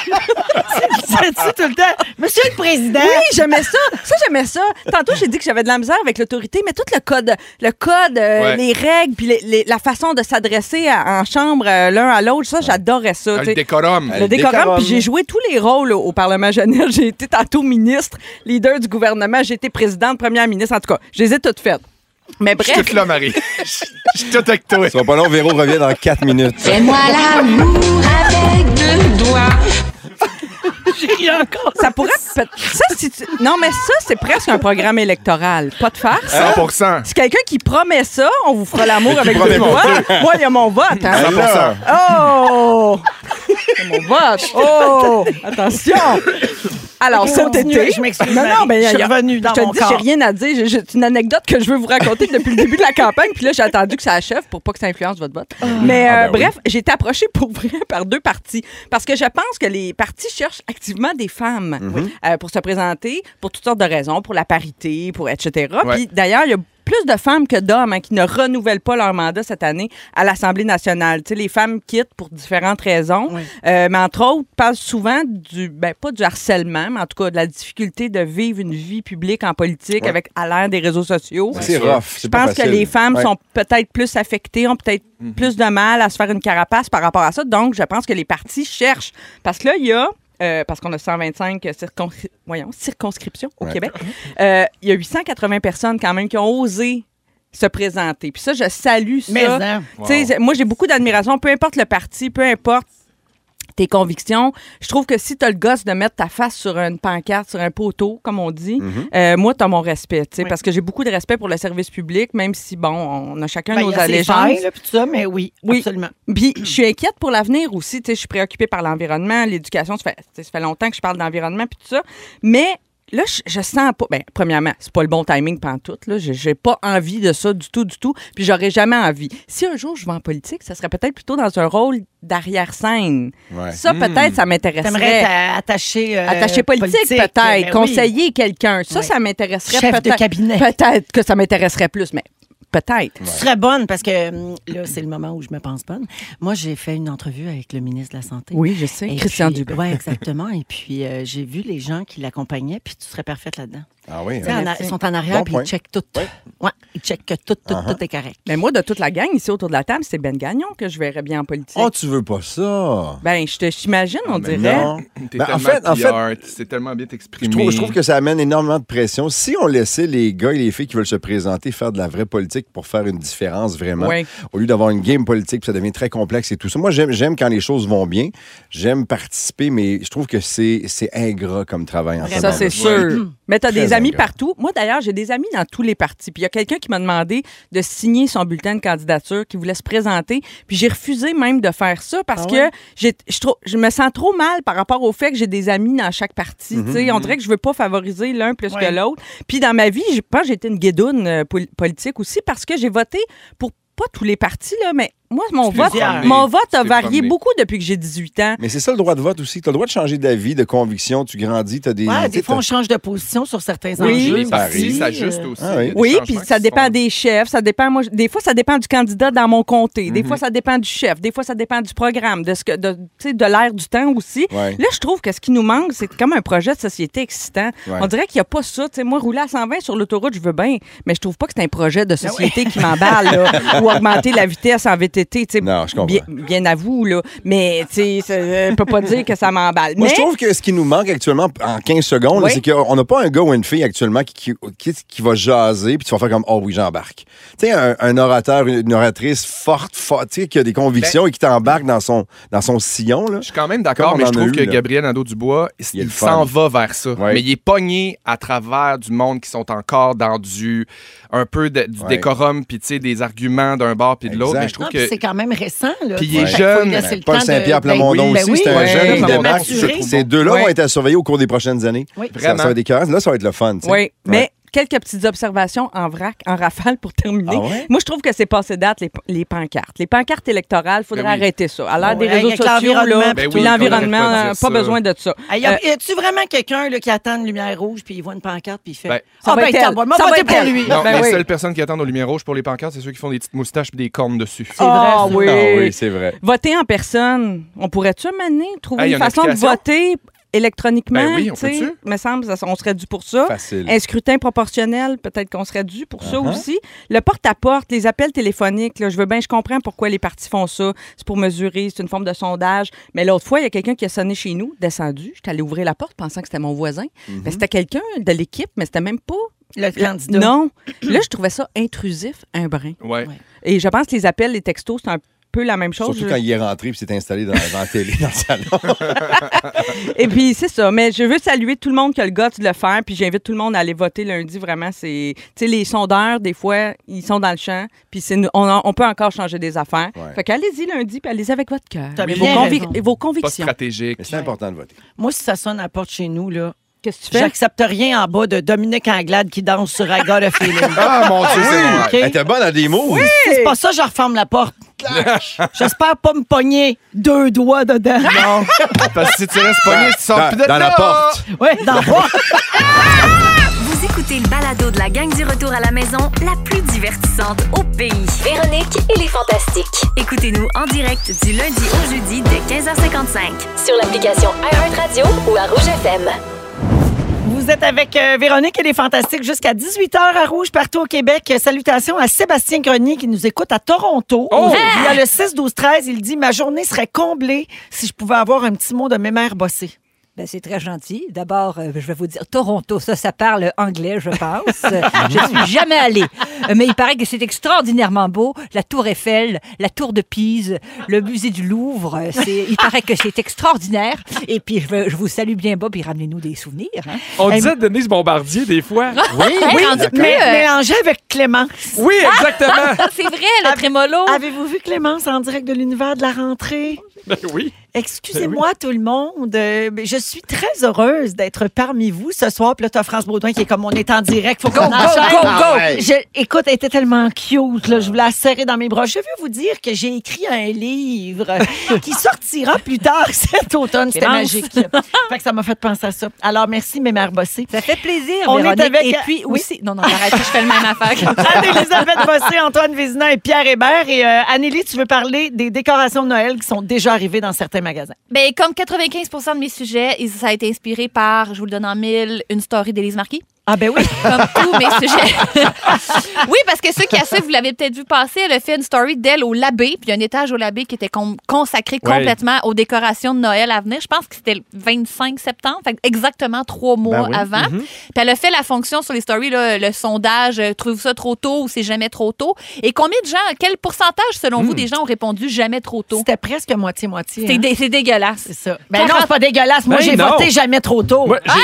ça tout le temps. Monsieur le Président. Oui, j'aimais ça. Ça, j'aimais ça. Tantôt, j'ai dit que j'avais de la misère avec l'autorité, mais tout le code, le code, euh, Ouais. les règles, puis les- les- la façon de s'adresser à- en chambre euh, l'un à l'autre, ça, j'adorais ça. Ah, Le tu sais. décorum. Le décorum, puis j'ai joué tous les rôles au, au Parlement jeunesse. J'ai été tantôt ministre, leader du gouvernement, j'ai été présidente, première ministre, en tout cas, je les ai toutes faites. Mais Je suis bref, toute là, Marie. Je je suis toute avec toi. Sois pas long, Véro revient dans 4 minutes. Fais-moi l'amour avec deux doigts. ça pourrait. peut- Ça, si tu- Non, mais ça, c'est presque un programme électoral. Pas de farce. 100%. C'est quelqu'un qui promet ça, on vous fera l'amour Mais avec qui promet deux mon doigts. Dieu. Moi, il y a mon vote. hein. 100%. Oh! C'est mon vote. Oh! Attention! Alors, Ok, cet continue. été. Je m'excuse, Non, non, Marie. mais Je suis y a- revenue dans je te mon dis, corps. j'ai rien à dire. J'ai juste une anecdote que je veux vous raconter depuis le début de la campagne. Puis là, j'ai attendu que ça achève pour pas que ça influence votre vote. Mais Ah, euh, ben oui. bref, j'ai été approchée pour vrai par deux partis. Parce que je pense que les partis cherchent activement des femmes Mhm. euh, pour se présenter pour toutes sortes de raisons, pour la parité, pour etc. Ouais. Puis d'ailleurs, il y a plus de femmes que d'hommes hein, qui ne renouvellent pas leur mandat cette année à l'Assemblée nationale. Tu sais, les femmes quittent pour différentes raisons, Euh, mais entre autres, parlent souvent du, ben, pas du harcèlement, mais en tout cas de la difficulté de vivre une vie publique en politique Ouais. avec à l'ère des réseaux sociaux. C'est rough, c'est Je pas pense que facile. les femmes Ouais. sont peut-être plus affectées, ont peut-être plus de mal à se faire une carapace par rapport à ça. Donc, je pense que les partis cherchent. Parce que là, il y a, euh, parce qu'on a 125 circon- voyons, circonscriptions au Ouais. Québec, euh, il y a 880 personnes quand même qui ont osé se présenter. Puis ça, je salue ça. Mais, hein. Tu sais, Wow. Moi, j'ai beaucoup d'admiration, peu importe le parti, peu importe tes convictions. Je trouve que si t'as le gosse de mettre ta face sur une pancarte, sur un poteau, comme on dit, euh, moi, t'as mon respect, tu sais, parce que j'ai beaucoup de respect pour le service public, même si, bon, on a chacun Ben, il nos y a ses failles, allégeances. là, puis tout ça, mais oui, absolument. Puis je suis inquiète pour l'avenir aussi. Tu sais, je suis préoccupée par l'environnement, l'éducation. Ça fait, tu sais, ça fait longtemps que je parle d'environnement puis tout ça. Mais là, je, je sens pas. Ben, premièrement, c'est pas le bon timing pantoute. Là, j'ai, j'ai pas envie de ça du tout, du tout. Puis j'aurais jamais envie. Si un jour je vais en politique, ça serait peut-être plutôt dans un rôle d'arrière scène. Ouais. Ça, Hmm. peut-être, ça m'intéresserait. T'aimerais être attaché, euh, attaché politique, politique, mais oui. peut-être, conseiller quelqu'un. Ça, Oui. ça m'intéresserait Chef de peut-être. cabinet. Peut-être que ça m'intéresserait plus, mais peut-être. Tu serais bonne parce que hum, là, c'est le moment où je me pense bonne. Moi, j'ai fait une entrevue avec le ministre de la Santé. Oui, je sais, Christian puis- Dubé. Ouais, exactement. Et puis, euh, j'ai vu les gens qui l'accompagnaient, puis tu serais parfaite là-dedans. Ah oui. Tu hein. sais, en a- Ils sont en arrière, Bon puis point. ils checkent tout. Ouais, ils checkent que tout, tout, Uh-huh. tout est correct. Mais moi, de toute la gang ici autour de la table, c'est Ben Gagnon que je verrais bien en politique. Oh, tu veux pas ça? Ben, je te j'imagine, on dirait. T'es Ben, en tellement fait- en fait- PR, tu sais tellement bien t'exprimer. Je trouve, je trouve que ça amène énormément de pression. Si on laissait les gars et les filles qui veulent se présenter faire de la vraie politique pour faire une différence vraiment, Ouais. au lieu d'avoir une game politique, puis ça devient très complexe et tout ça. Moi, j'aime j'aime quand les choses vont bien. J'aime participer, mais je trouve que c'est c'est ingrat comme travail en ce Ça, moment. c'est sûr. Hmm. Mais t'as Très des amis ingrat. partout. Moi, d'ailleurs, j'ai des amis dans tous les partis. Puis il y a quelqu'un qui m'a demandé de signer son bulletin de candidature, qui voulait se présenter. Puis j'ai refusé même de faire ça parce Ah ouais? que j'ai- je, trou- je me sens trop mal par rapport au fait que j'ai des amis dans chaque parti. Mm-hmm, Mhm, Tu sais, On mhm. dirait que je veux pas favoriser l'un plus Ouais. que l'autre. Puis dans ma vie, je pense que j'ai été une guédoune euh, pol- politique aussi parce que j'ai voté pour pas tous les partis, là, mais moi, mon t'es vote, promené. mon vote a Tu t'es varié promené. beaucoup depuis que j'ai 18 ans. Mais c'est ça le droit de vote aussi. Tu as le droit de changer d'avis, de conviction. Tu grandis, tu as des. Ouais, tu sais, des fois, t'as- on change de position sur certains Oui. enjeux. Les paris aussi, s'ajustent euh, aussi. Ah oui. Il y a des Oui, changements puis qui ça se dépend des chefs, ça dépend moi, je- des fois ça dépend du candidat dans mon comté, des Mhm. fois ça dépend du chef, des fois ça dépend du programme, de ce que de, tu sais, de l'air du temps aussi. Ouais. Là, je trouve que ce qui nous manque, c'est comme un projet de société excitant. Ouais. On dirait qu'il n'y a pas ça, tu sais moi rouler à 120 sur l'autoroute, je veux bien, mais je trouve pas que c'est un projet Ah de société qui m'emballe là, ou augmenter la vitesse en VTT, tu sais. Non, je comprends. Bien, bien à vous là, mais tu sais ça- je peux pas dire que ça m'emballe. Moi, mais je trouve que ce qui nous manque actuellement en 15 secondes, là, Oui. c'est qu'on n'a pas un gars ou une fille actuellement qui, qui, qui- qui va jaser puis tu vas faire comme Oh oui, j'embarque. Tu sais, un, un orateur, une, une oratrice forte, forte, tu sais, qui a des convictions et qui t'embarque dans son, dans son sillon. Je suis quand même D'accord, mais Ben, je trouve que Gabriel Nadeau-Dubois, il, a le s'en fun. va vers ça. Ouais. Mais il est pogné à travers du monde qui sont encore dans du un peu de- du Ouais. décorum, puis tu sais, des arguments d'un bord puis de l'autre. Mais je trouve Non, Ah, puis que c'est quand même récent. Là. Puis il est Fait qu'il faut jeune. lui laisser le Paul temps de- Saint-Pierre Plamondon Ben oui, aussi, c'est un ben oui, jeune qui de débarque. maturer. Ces deux-là Ouais. vont être à surveiller au cours des prochaines années. Oui. Ça, ça va Vraiment. être écœurant. Là, ça va être le fun. tu sais. Oui, Ouais. mais quelques petites observations en vrac, en rafale pour terminer. Ah ouais? Moi, je trouve que c'est passé date, les, les pancartes. Les pancartes électorales, il faudrait Ben oui. arrêter ça. À l'ère Ah des ouais, réseaux avec sociaux, l'environnement, là, Ben oui, l'environnement, on euh, arrête pas pas, de dire ça. besoin de ça. Hey, Ah, y a- Euh, y a-tu vraiment quelqu'un là, qui attend une lumière rouge puis il voit une pancarte puis il fait Ben, Ah, ben, t'as bon, moi, voter pour lui. Non, Ben les oui. seules personnes qui attendent aux lumières rouges pour les pancartes, c'est ceux qui font des petites moustaches et des cornes dessus. C'est vrai, Ah ça. oui. Ah oui, c'est vrai. Voter en personne, on pourrait-tu mener, trouver Hey, y une a une façon de application? voter électroniquement? Ben oui, on tu sais? peut-tu? me semble ça- on serait dû pour ça. Facile. Un scrutin proportionnel, peut-être qu'on serait dû pour ça Uh-huh. aussi. Le porte-à-porte, les appels téléphoniques, là, je veux bien, je comprends pourquoi les partis font ça. C'est pour mesurer, c'est une forme de sondage. Mais l'autre fois, il y a quelqu'un qui a sonné chez nous, descendu. J'étais allée ouvrir la porte pensant que c'était mon voisin. Mm-hmm. Mhm. Ben, c'était quelqu'un de l'équipe, mais c'était même pas le candidat. Non. Là, je trouvais ça intrusif, un brin. Ouais. Et je pense que les appels, les textos, c'est un peu la même chose. Surtout Je- quand il est rentré et s'est installé dans, dans la télé, dans le salon. Et puis, c'est ça. Mais je veux saluer tout le monde qui a le goût de le faire. Puis, j'invite tout le monde à aller voter lundi. Vraiment, c'est. Tu sais, les sondeurs, des fois, ils sont dans le champ. Puis, c'est, on, en- on peut encore changer des affaires. Fait qu'allez-y lundi, puis allez-y avec votre cœur. T'as Et vos, bien convi- raison. et vos convictions. stratégique. C'est important de voter. Moi, si ça sonne à la porte chez nous, là. Qu'est-ce que tu fais? J'accepte rien en bas de Dominique Anglade qui danse sur I Got a Feeling. Ah, mon Dieu, c'est Oui. vrai. OK? Elle était bonne à des mots. Oui! C'est pas ça, je referme la porte. J'espère pas me pogner deux doigts dedans. Non. Parce que si tu restes pogné, tu sors Dans- plus de dans la là. porte. Ouais, dans la porte. Vous écoutez le balado de la gang du retour à la maison la plus divertissante au pays. Véronique et les Fantastiques. Écoutez-nous en direct du lundi au jeudi dès 15h55 sur l'application iHeartRadio ou à Rouge FM. Vous êtes avec euh, Véronique et les Fantastiques jusqu'à 18h à Rouge, partout au Québec. Euh, Salutations à Sébastien Grenier qui nous écoute à Toronto. Oh! Il y a le 6-12-13, il dit « Ma journée serait comblée si je pouvais avoir un petit mot de mes mères bossées. » Ben, c'est très gentil. D'abord, euh, je vais vous dire, Toronto, ça, ça parle anglais, je pense. Euh, je ne suis jamais allée. Euh, Mais il paraît que c'est extraordinairement beau. La Tour Eiffel, la Tour de Pise, le musée du Louvre. euh, c'est- Il paraît que c'est extraordinaire. Et puis, je, veux- je vous salue bien bas, puis ramenez-nous des souvenirs. hein. On Eh, disait de Denise Bombardier des fois. Oui, oui, Rendu plus, Mais euh, mélangé avec Clémence. Oui, exactement. c'est vrai, le trémolo. Avez-vous vu Clémence en direct de l'univers de la rentrée? Ben oui. Ben Excusez-moi tout le monde, Euh, mais je suis très heureuse d'être parmi vous ce soir. Puis là, t'as France Baudouin qui est comme on est en direct, faut qu'on go, enchaîne. go, Ah. go. Je- écoute, elle était tellement cute, là, je voulais la serrer dans mes bras. Je veux vous dire que j'ai écrit un livre qui sortira plus tard cet automne. C'était Clémence. magique. fait que ça m'a fait penser à ça. Alors, merci mes mères bossées. Ça fait plaisir, Véronique. Et puis aussi- non, non, arrête, je fais le même affaire que- Anne-Élisabeth Bossé, Antoine Vézina et Pierre Hébert. Et euh, Anneli, tu veux parler des décorations de Noël qui sont déjà arrivées dans certains magasins. Ben, comme 95 de mes sujets, ils- ça a été inspiré par, je vous le donne en mille, une story d'Élise Marquis. Ah ben oui. Comme tous mes sujets. oui, parce que ceux qui la suivent, vous l'avez peut-être vu passer, elle a fait une story d'elle au Labé, puis il y a un étage au Labé qui était com- consacré Ouais. complètement aux décorations de Noël à venir. Je pense que c'était le 25 septembre, fait que exactement trois Ben mois oui. avant. Mhm. Puis elle a fait la fonction sur les stories, là, le sondage, euh, trouve ça trop tôt ou c'est jamais trop tôt. Et combien de gens, quel pourcentage selon Hmm. vous des gens ont répondu jamais trop tôt? C'était presque moitié-moitié. hein. C'est dé- c'est dégueulasse. C'est ça. Ben non, c'est pas dégueulasse. Moi, Ben j'ai non. voté jamais trop tôt. Moi, j'ai-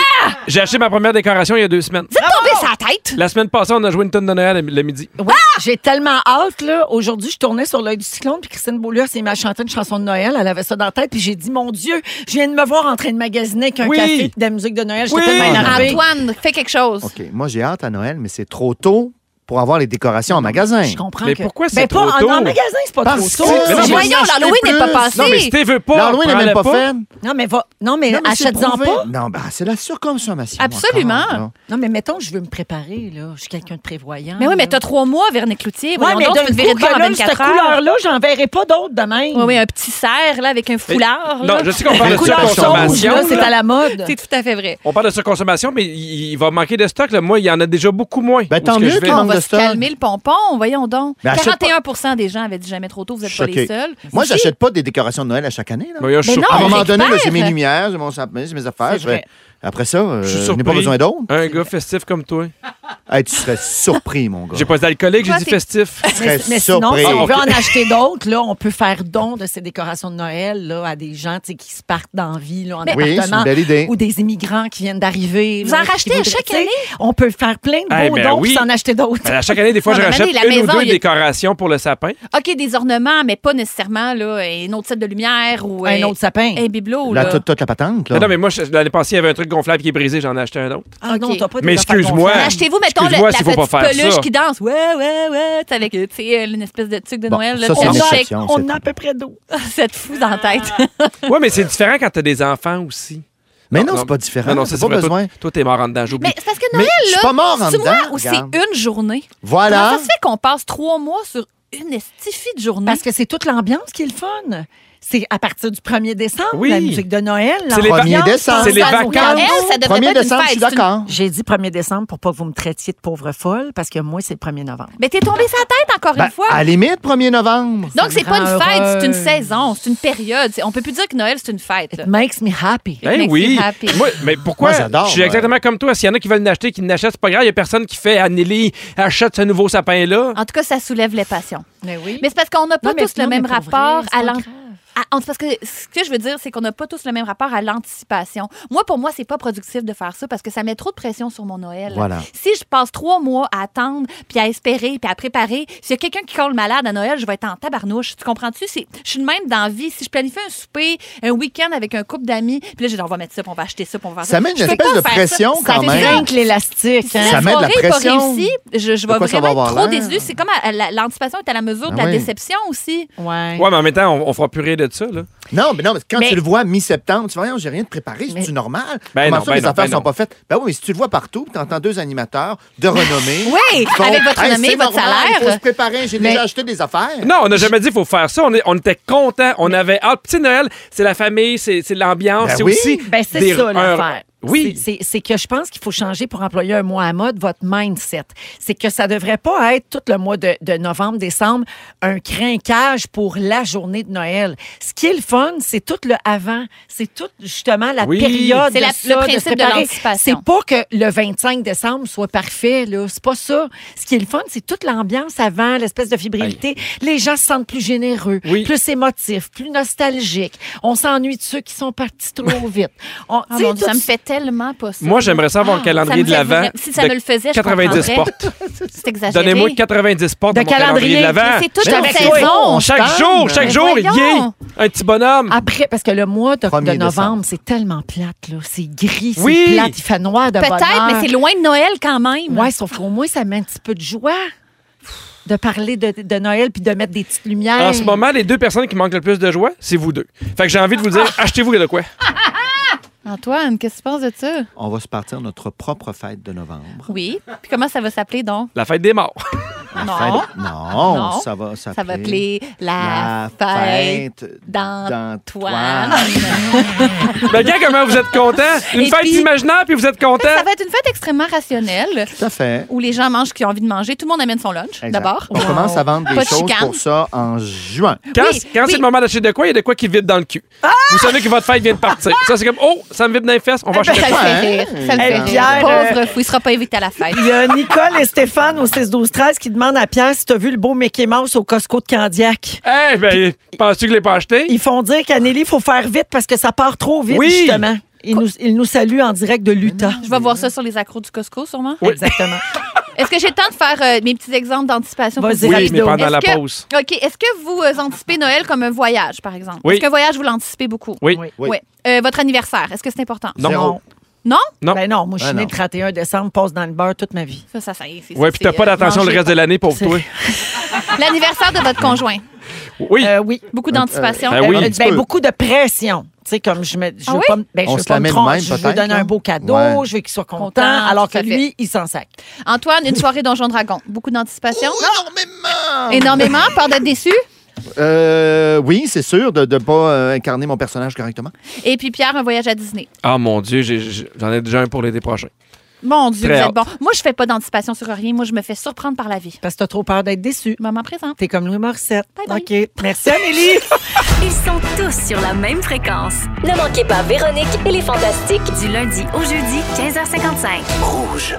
J'ai acheté ma première décoration il y a deux semaines. Ah, Vous êtes tombé sa tête? La semaine passée, on a joué une tonne de Noël le midi. Ouais, Ah! J'ai tellement hâte, là. Aujourd'hui, je tournais sur l'œil du cyclone, puis Christine Beaulieu, c'est m'a chanté une chanson de Noël. Elle avait ça dans la tête, puis j'ai dit, mon Dieu, je viens de me voir en train de magasiner avec un Oui. café de la musique de Noël. J'étais Oui. tellement énervée. Antoine, fais quelque chose. OK, moi, j'ai hâte à Noël, mais c'est trop tôt pour avoir les décorations en magasin. Je comprends Mais que- pourquoi c'est Ben, pas- trop en- en tôt? magasin, c'est pas Parce trop que- tôt. Mais non, mais Voyons, n'achetez l'Halloween n'est pas plus. passé. Non, mais si t'es veux pas, L'Halloween n'est même prends-le pas pas. fait. Non, mais va. Non, mais, Non, mais c'est achète-en prouvé. pas. Non, ben, c'est la surconsommation. Absolument. encore, là. Non, mais mettons, je veux me préparer, là. Je suis quelqu'un de prévoyant. Ah, Mais oui, mais là. t'as trois mois, Véronique Cloutier. Ouais, Voyons mais donc, d'un tu peux te virer coup, de bord que en là, 24 cette heures. couleur-là, j'en verrai pas d'autres demain. Oui, oui, un petit cerf, là, avec un foulard. non, là. je sais qu'on parle de Couleur surconsommation, jaune, là, là. C'est à la mode. C'est tout à fait vrai. On parle de surconsommation, mais il, il va manquer de stock. là. Moi, il y en a déjà beaucoup moins. Ben, tant mieux qu'il on manque va de se stock. calmer le pompon, voyons donc. Mais achète 41 des gens avaient dit jamais trop tôt, vous êtes pas les Choqué. seuls. Moi, j'achète pas des décorations de Noël à chaque année. là. Mais suis Mais surpris. à un non, moment donné, là, j'espère. j'ai mes lumières, j'ai mon sapin, j'ai mes affaires. C'est je vais- vrai. Après ça, euh, Je suis je n'ai surpris. pas besoin d'autres. Un gars festif comme toi. Hey, tu serais surpris, mon gars. J'ai pas d'alcoolique, j'ai Toi, dit t'es- festif. Mais, mais sinon, si surpris. on veut Ah, ok. en acheter d'autres, là, on peut faire don de ces décorations de Noël là, à des gens tu sais, qui se partent dans la vie, là, en Mais- Oui, c'est appartement, une belle idée. ou des immigrants qui viennent d'arriver. Vous là, en qui rachetez à voudraient- chaque tu sais, année? On peut faire plein de Eh bons ben dons oui. puis s'en acheter d'autres. Ben, à chaque année, des fois, Non, je mais à un rachète moment donné, une la ou maison, deux il y a- décorations pour le sapin. OK, des ornements, mais pas nécessairement là, un autre set de lumière ou Un autre sapin. Un bibelot. Là, là. toute, toute la patente. là. Non, non, mais moi, je- l'année passée, il y avait un truc gonflable qui est brisé, j'en ai acheté un autre. Ah non, t'as pas Mais des affaires excuse-moi. gonflables. Achetez-vous Savez-vous, mettons, le- Excuse-moi la s'il faut petite pas faire peluche ça. qui danse, ouais, ouais, ouais, t'sais, avec euh, tu sais, euh, une espèce de truc de Bon, Noël. ça, c'est on, une a- exception, on c'est a à peu près d'eau. Cette fou dans la Ah, tête. Oui, mais c'est différent quand t'as des enfants aussi. Mais non, c'est pas différent. Non, non, T'as c'est pas vrai. besoin. Toi, toi, t'es mort en dedans, j'oublie. Mais c'est parce que Noël, je là, suis pas mort en c'est dedans, moi ou c'est regarde. une journée. Voilà. Comment ça se fait qu'on passe trois mois sur une estifie de journée? Parce que c'est toute l'ambiance qui est le fun. C'est à partir du 1er décembre, Oui. la musique de Noël. C'est les l'ambiance. 1er décembre. C'est les Ça nous vacances. calme. Elle, ça devrait 1er pas être une décembre, fête, je suis c'est une- d'accord. J'ai dit 1er décembre pour pas que vous me traitiez de pauvre folle, parce que moi, c'est le 1er novembre. Mais t'es tombé sa tête encore Ben, une fois. à la limite, 1er novembre. Donc, c'est pas une Grand fête, c'est une heureuse. saison, c'est une période. C'est- On peut plus dire que Noël, c'est une fête. It makes me happy. Ben oui. Moi, mais pourquoi? Moi, j'adore, Je suis ouais. exactement comme toi. S'il y en a qui veulent l'acheter, qui n'achètent, c'est pas grave. Il y a personne qui fait Anneli achète ce nouveau sapin-là. En tout cas, ça soulève les passions. Mais oui. Mais c'est parce qu'on n'a pas Non, mais tous le non, mais même pour vrai, rapport c'est à pas l'an- à- en- parce que ce que je veux dire, c'est qu'on n'a pas tous le même rapport à l'anticipation. Moi, pour moi, c'est pas productif de faire ça parce que ça met trop de pression sur mon Noël. Voilà. Si je passe trois mois à attendre, puis à espérer, puis à préparer, s'il y a quelqu'un qui colle malade à Noël, je vais être en tabarnouche. Tu comprends-tu? C'est- Je suis de même dans la vie. Si je planifie un souper, un week-end avec un couple d'amis, puis là, je dis, on va mettre ça, puis on va acheter ça, puis on va faire ça. Ça met une Je peux espèce pas de faire ça. pression Ça quand même. craint. l'élastique. Si la Ça met de la soirée est Pas pression. réussie, je, je De vais quoi ça vraiment va avoir être trop l'air? déçue. C'est comme à- à la- l'anticipation est à la mesure de Ah la oui. déception aussi. Ouais. Ouais, mais en même temps, on, on fera plus rire de ça, là. Non, mais non, mais quand Mais- tu le vois mi-septembre, tu vois, Voyons, j'ai rien de préparé, c'est-tu normal? Ben Comment non, ça, ben les non, affaires ben sont non. pas faites? Ben oui, mais si tu le vois partout, tu entends deux animateurs de renommée. Oui, qui font, avec votre Hey, renommée, c'est votre normal, salaire. Il faut se préparer, j'ai Mais- déjà acheté des affaires. Non, on n'a jamais dit qu'il faut faire ça. On, est- on était contents. On avait hâte. Petit Noël, c'est la famille, c'est c'est l'ambiance, c'est aussi. Ben, c'est des- ça un- l'affaire. Oui. C'est- C'est c'est que je pense qu'il faut changer pour employer un mois à mode votre mindset. C'est que ça devrait pas être tout le mois de, de novembre, décembre, un crinquage pour la journée de Noël. Ce qui est le fun, c'est tout le avant. C'est tout justement la Oui. période. C'est de la- ça, le de se principe de préparer. l'anticipation. C'est pas que le 25 décembre soit parfait. là. C'est pas ça. Ce qui est le fun, c'est toute l'ambiance avant, l'espèce de fébrilité. Les gens se sentent plus généreux, plus émotifs, plus nostalgiques. On s'ennuie de ceux qui sont partis trop vite. On- Ah, tu sais, mon Dieu, tout- ça me fait tellement pas ça. Moi, j'aimerais ça avoir Ah, le calendrier ça de me fait l'Avent. vraiment- Si ça de me le faisait, je 90 comprendrais. portes. C'est exagéré. Donnez-moi 90 portes De dans mon calendrier calendrier. de l'Avent. Mais c'est toute Mais la non, saison. on se Chaque calme. jour, chaque Mais jour, il y Ben voyons. a un petit bonhomme. Après, parce que le mois de, de 1er novembre, c'est tellement plate, là. C'est gris, c'est Oui. plate, il fait noir de Peut-être, mais c'est loin de Noël quand même. Oui, sauf qu'au moins, ça met un petit peu de joie de parler de, de Noël puis de mettre des petites lumières. En ce moment, les deux personnes qui manquent le plus de joie, c'est vous deux. Fait que j'ai envie de vous Ah. dire, achetez-vous de quoi. Antoine, qu'est-ce que tu penses de ça? On va se partir notre propre fête de novembre. Oui. Puis comment ça va s'appeler donc? La fête des morts. Non. Fête- Non, Non. ça va Ça, s'appeler... va appeler la, La fête, fête d'Antoine. ben, regarde comment vous êtes contents. Une Et fête puis- imaginaire, puis vous êtes contents. Ça va être une fête extrêmement rationnelle. Tout à fait. Où les gens mangent ce qu'ils ont envie de manger. Tout le monde amène son lunch, Exact. d'abord. On commence à vendre des Pas de choses chicane. pour ça en juin. Quand, quand c'est le moment d'acheter de quoi, il y a de quoi qui vide dans le cul. Ah! Vous savez que votre fête vient de partir. Ça, c'est comme, oh, ça me vide dans les fesses, on va Ah, ben, hein? Ça acheter le de quoi. fait rire. Ça le Hey, fait rire. Pierre, Pauvre euh, fou, il sera pas évité à la fête. Il y a Nicole et Stéphane au 6-12-13 qui demandent à Pierre si t'as vu le beau Mickey Mouse au Costco de Candiac. Eh ben, penses-tu que je l'ai pas acheté? Ils font dire qu'Anneli, il faut faire vite parce que ça part trop vite, Oui. justement. Ils nous, ils nous saluent en direct de l'Utah. Je vais voir ça sur les accros du Costco, sûrement. Exactement. Est-ce que j'ai le temps de faire euh, mes petits exemples d'anticipation? pour Vas-y, vous Oui, aider? mais pendant Est-ce la que- pause. OK. Est-ce que vous euh, anticipez Noël comme un voyage, par exemple? Oui. Est-ce qu'un voyage, vous l'anticipez beaucoup? Oui. Oui. Ouais. Euh, votre anniversaire, est-ce que c'est important? Non. Zéro. Non? Non. Ben non, moi, je suis Ben née non. le 31 décembre, passe dans le beurre toute ma vie. Ça, ça, ça, c'est- Ouais, ça, puis t'as c'est, pas euh, d'attention le manger reste de l'année pour toi. L'anniversaire de votre conjoint. Oui. Euh, oui. Beaucoup d'anticipation. Ben oui. Euh, Un petit ben, peu. beaucoup de pression. Tu sais, comme je me. Je Ah veux oui? pas, me- ben, On je veux se pas la me met de tromper. même, Je veux peut-être, donner là. un beau cadeau, Ouais. je veux qu'il soit content, Content, alors tout que à fait. lui, il s'en sac. Antoine, une soirée Donjon Dragon. Beaucoup d'anticipation. Énormément, peur d'être déçu. Euh, oui, c'est sûr, de ne pas euh, incarner mon personnage correctement. Et puis Pierre, un voyage à Disney. Ah mon Dieu, j'ai- j'ai- j'en ai déjà un pour l'été prochain. Mon Dieu, Très vous hâte. êtes bon. Moi, je fais pas d'anticipation sur rien. Moi, je me fais surprendre par la vie. Parce que t'as trop peur d'être déçu. Maman présente. T'es comme Louis Morissette. OK. Merci, Amélie. Ils sont tous sur la même fréquence. Ne manquez pas Véronique et les Fantastiques du lundi au jeudi 15h55. Rouge.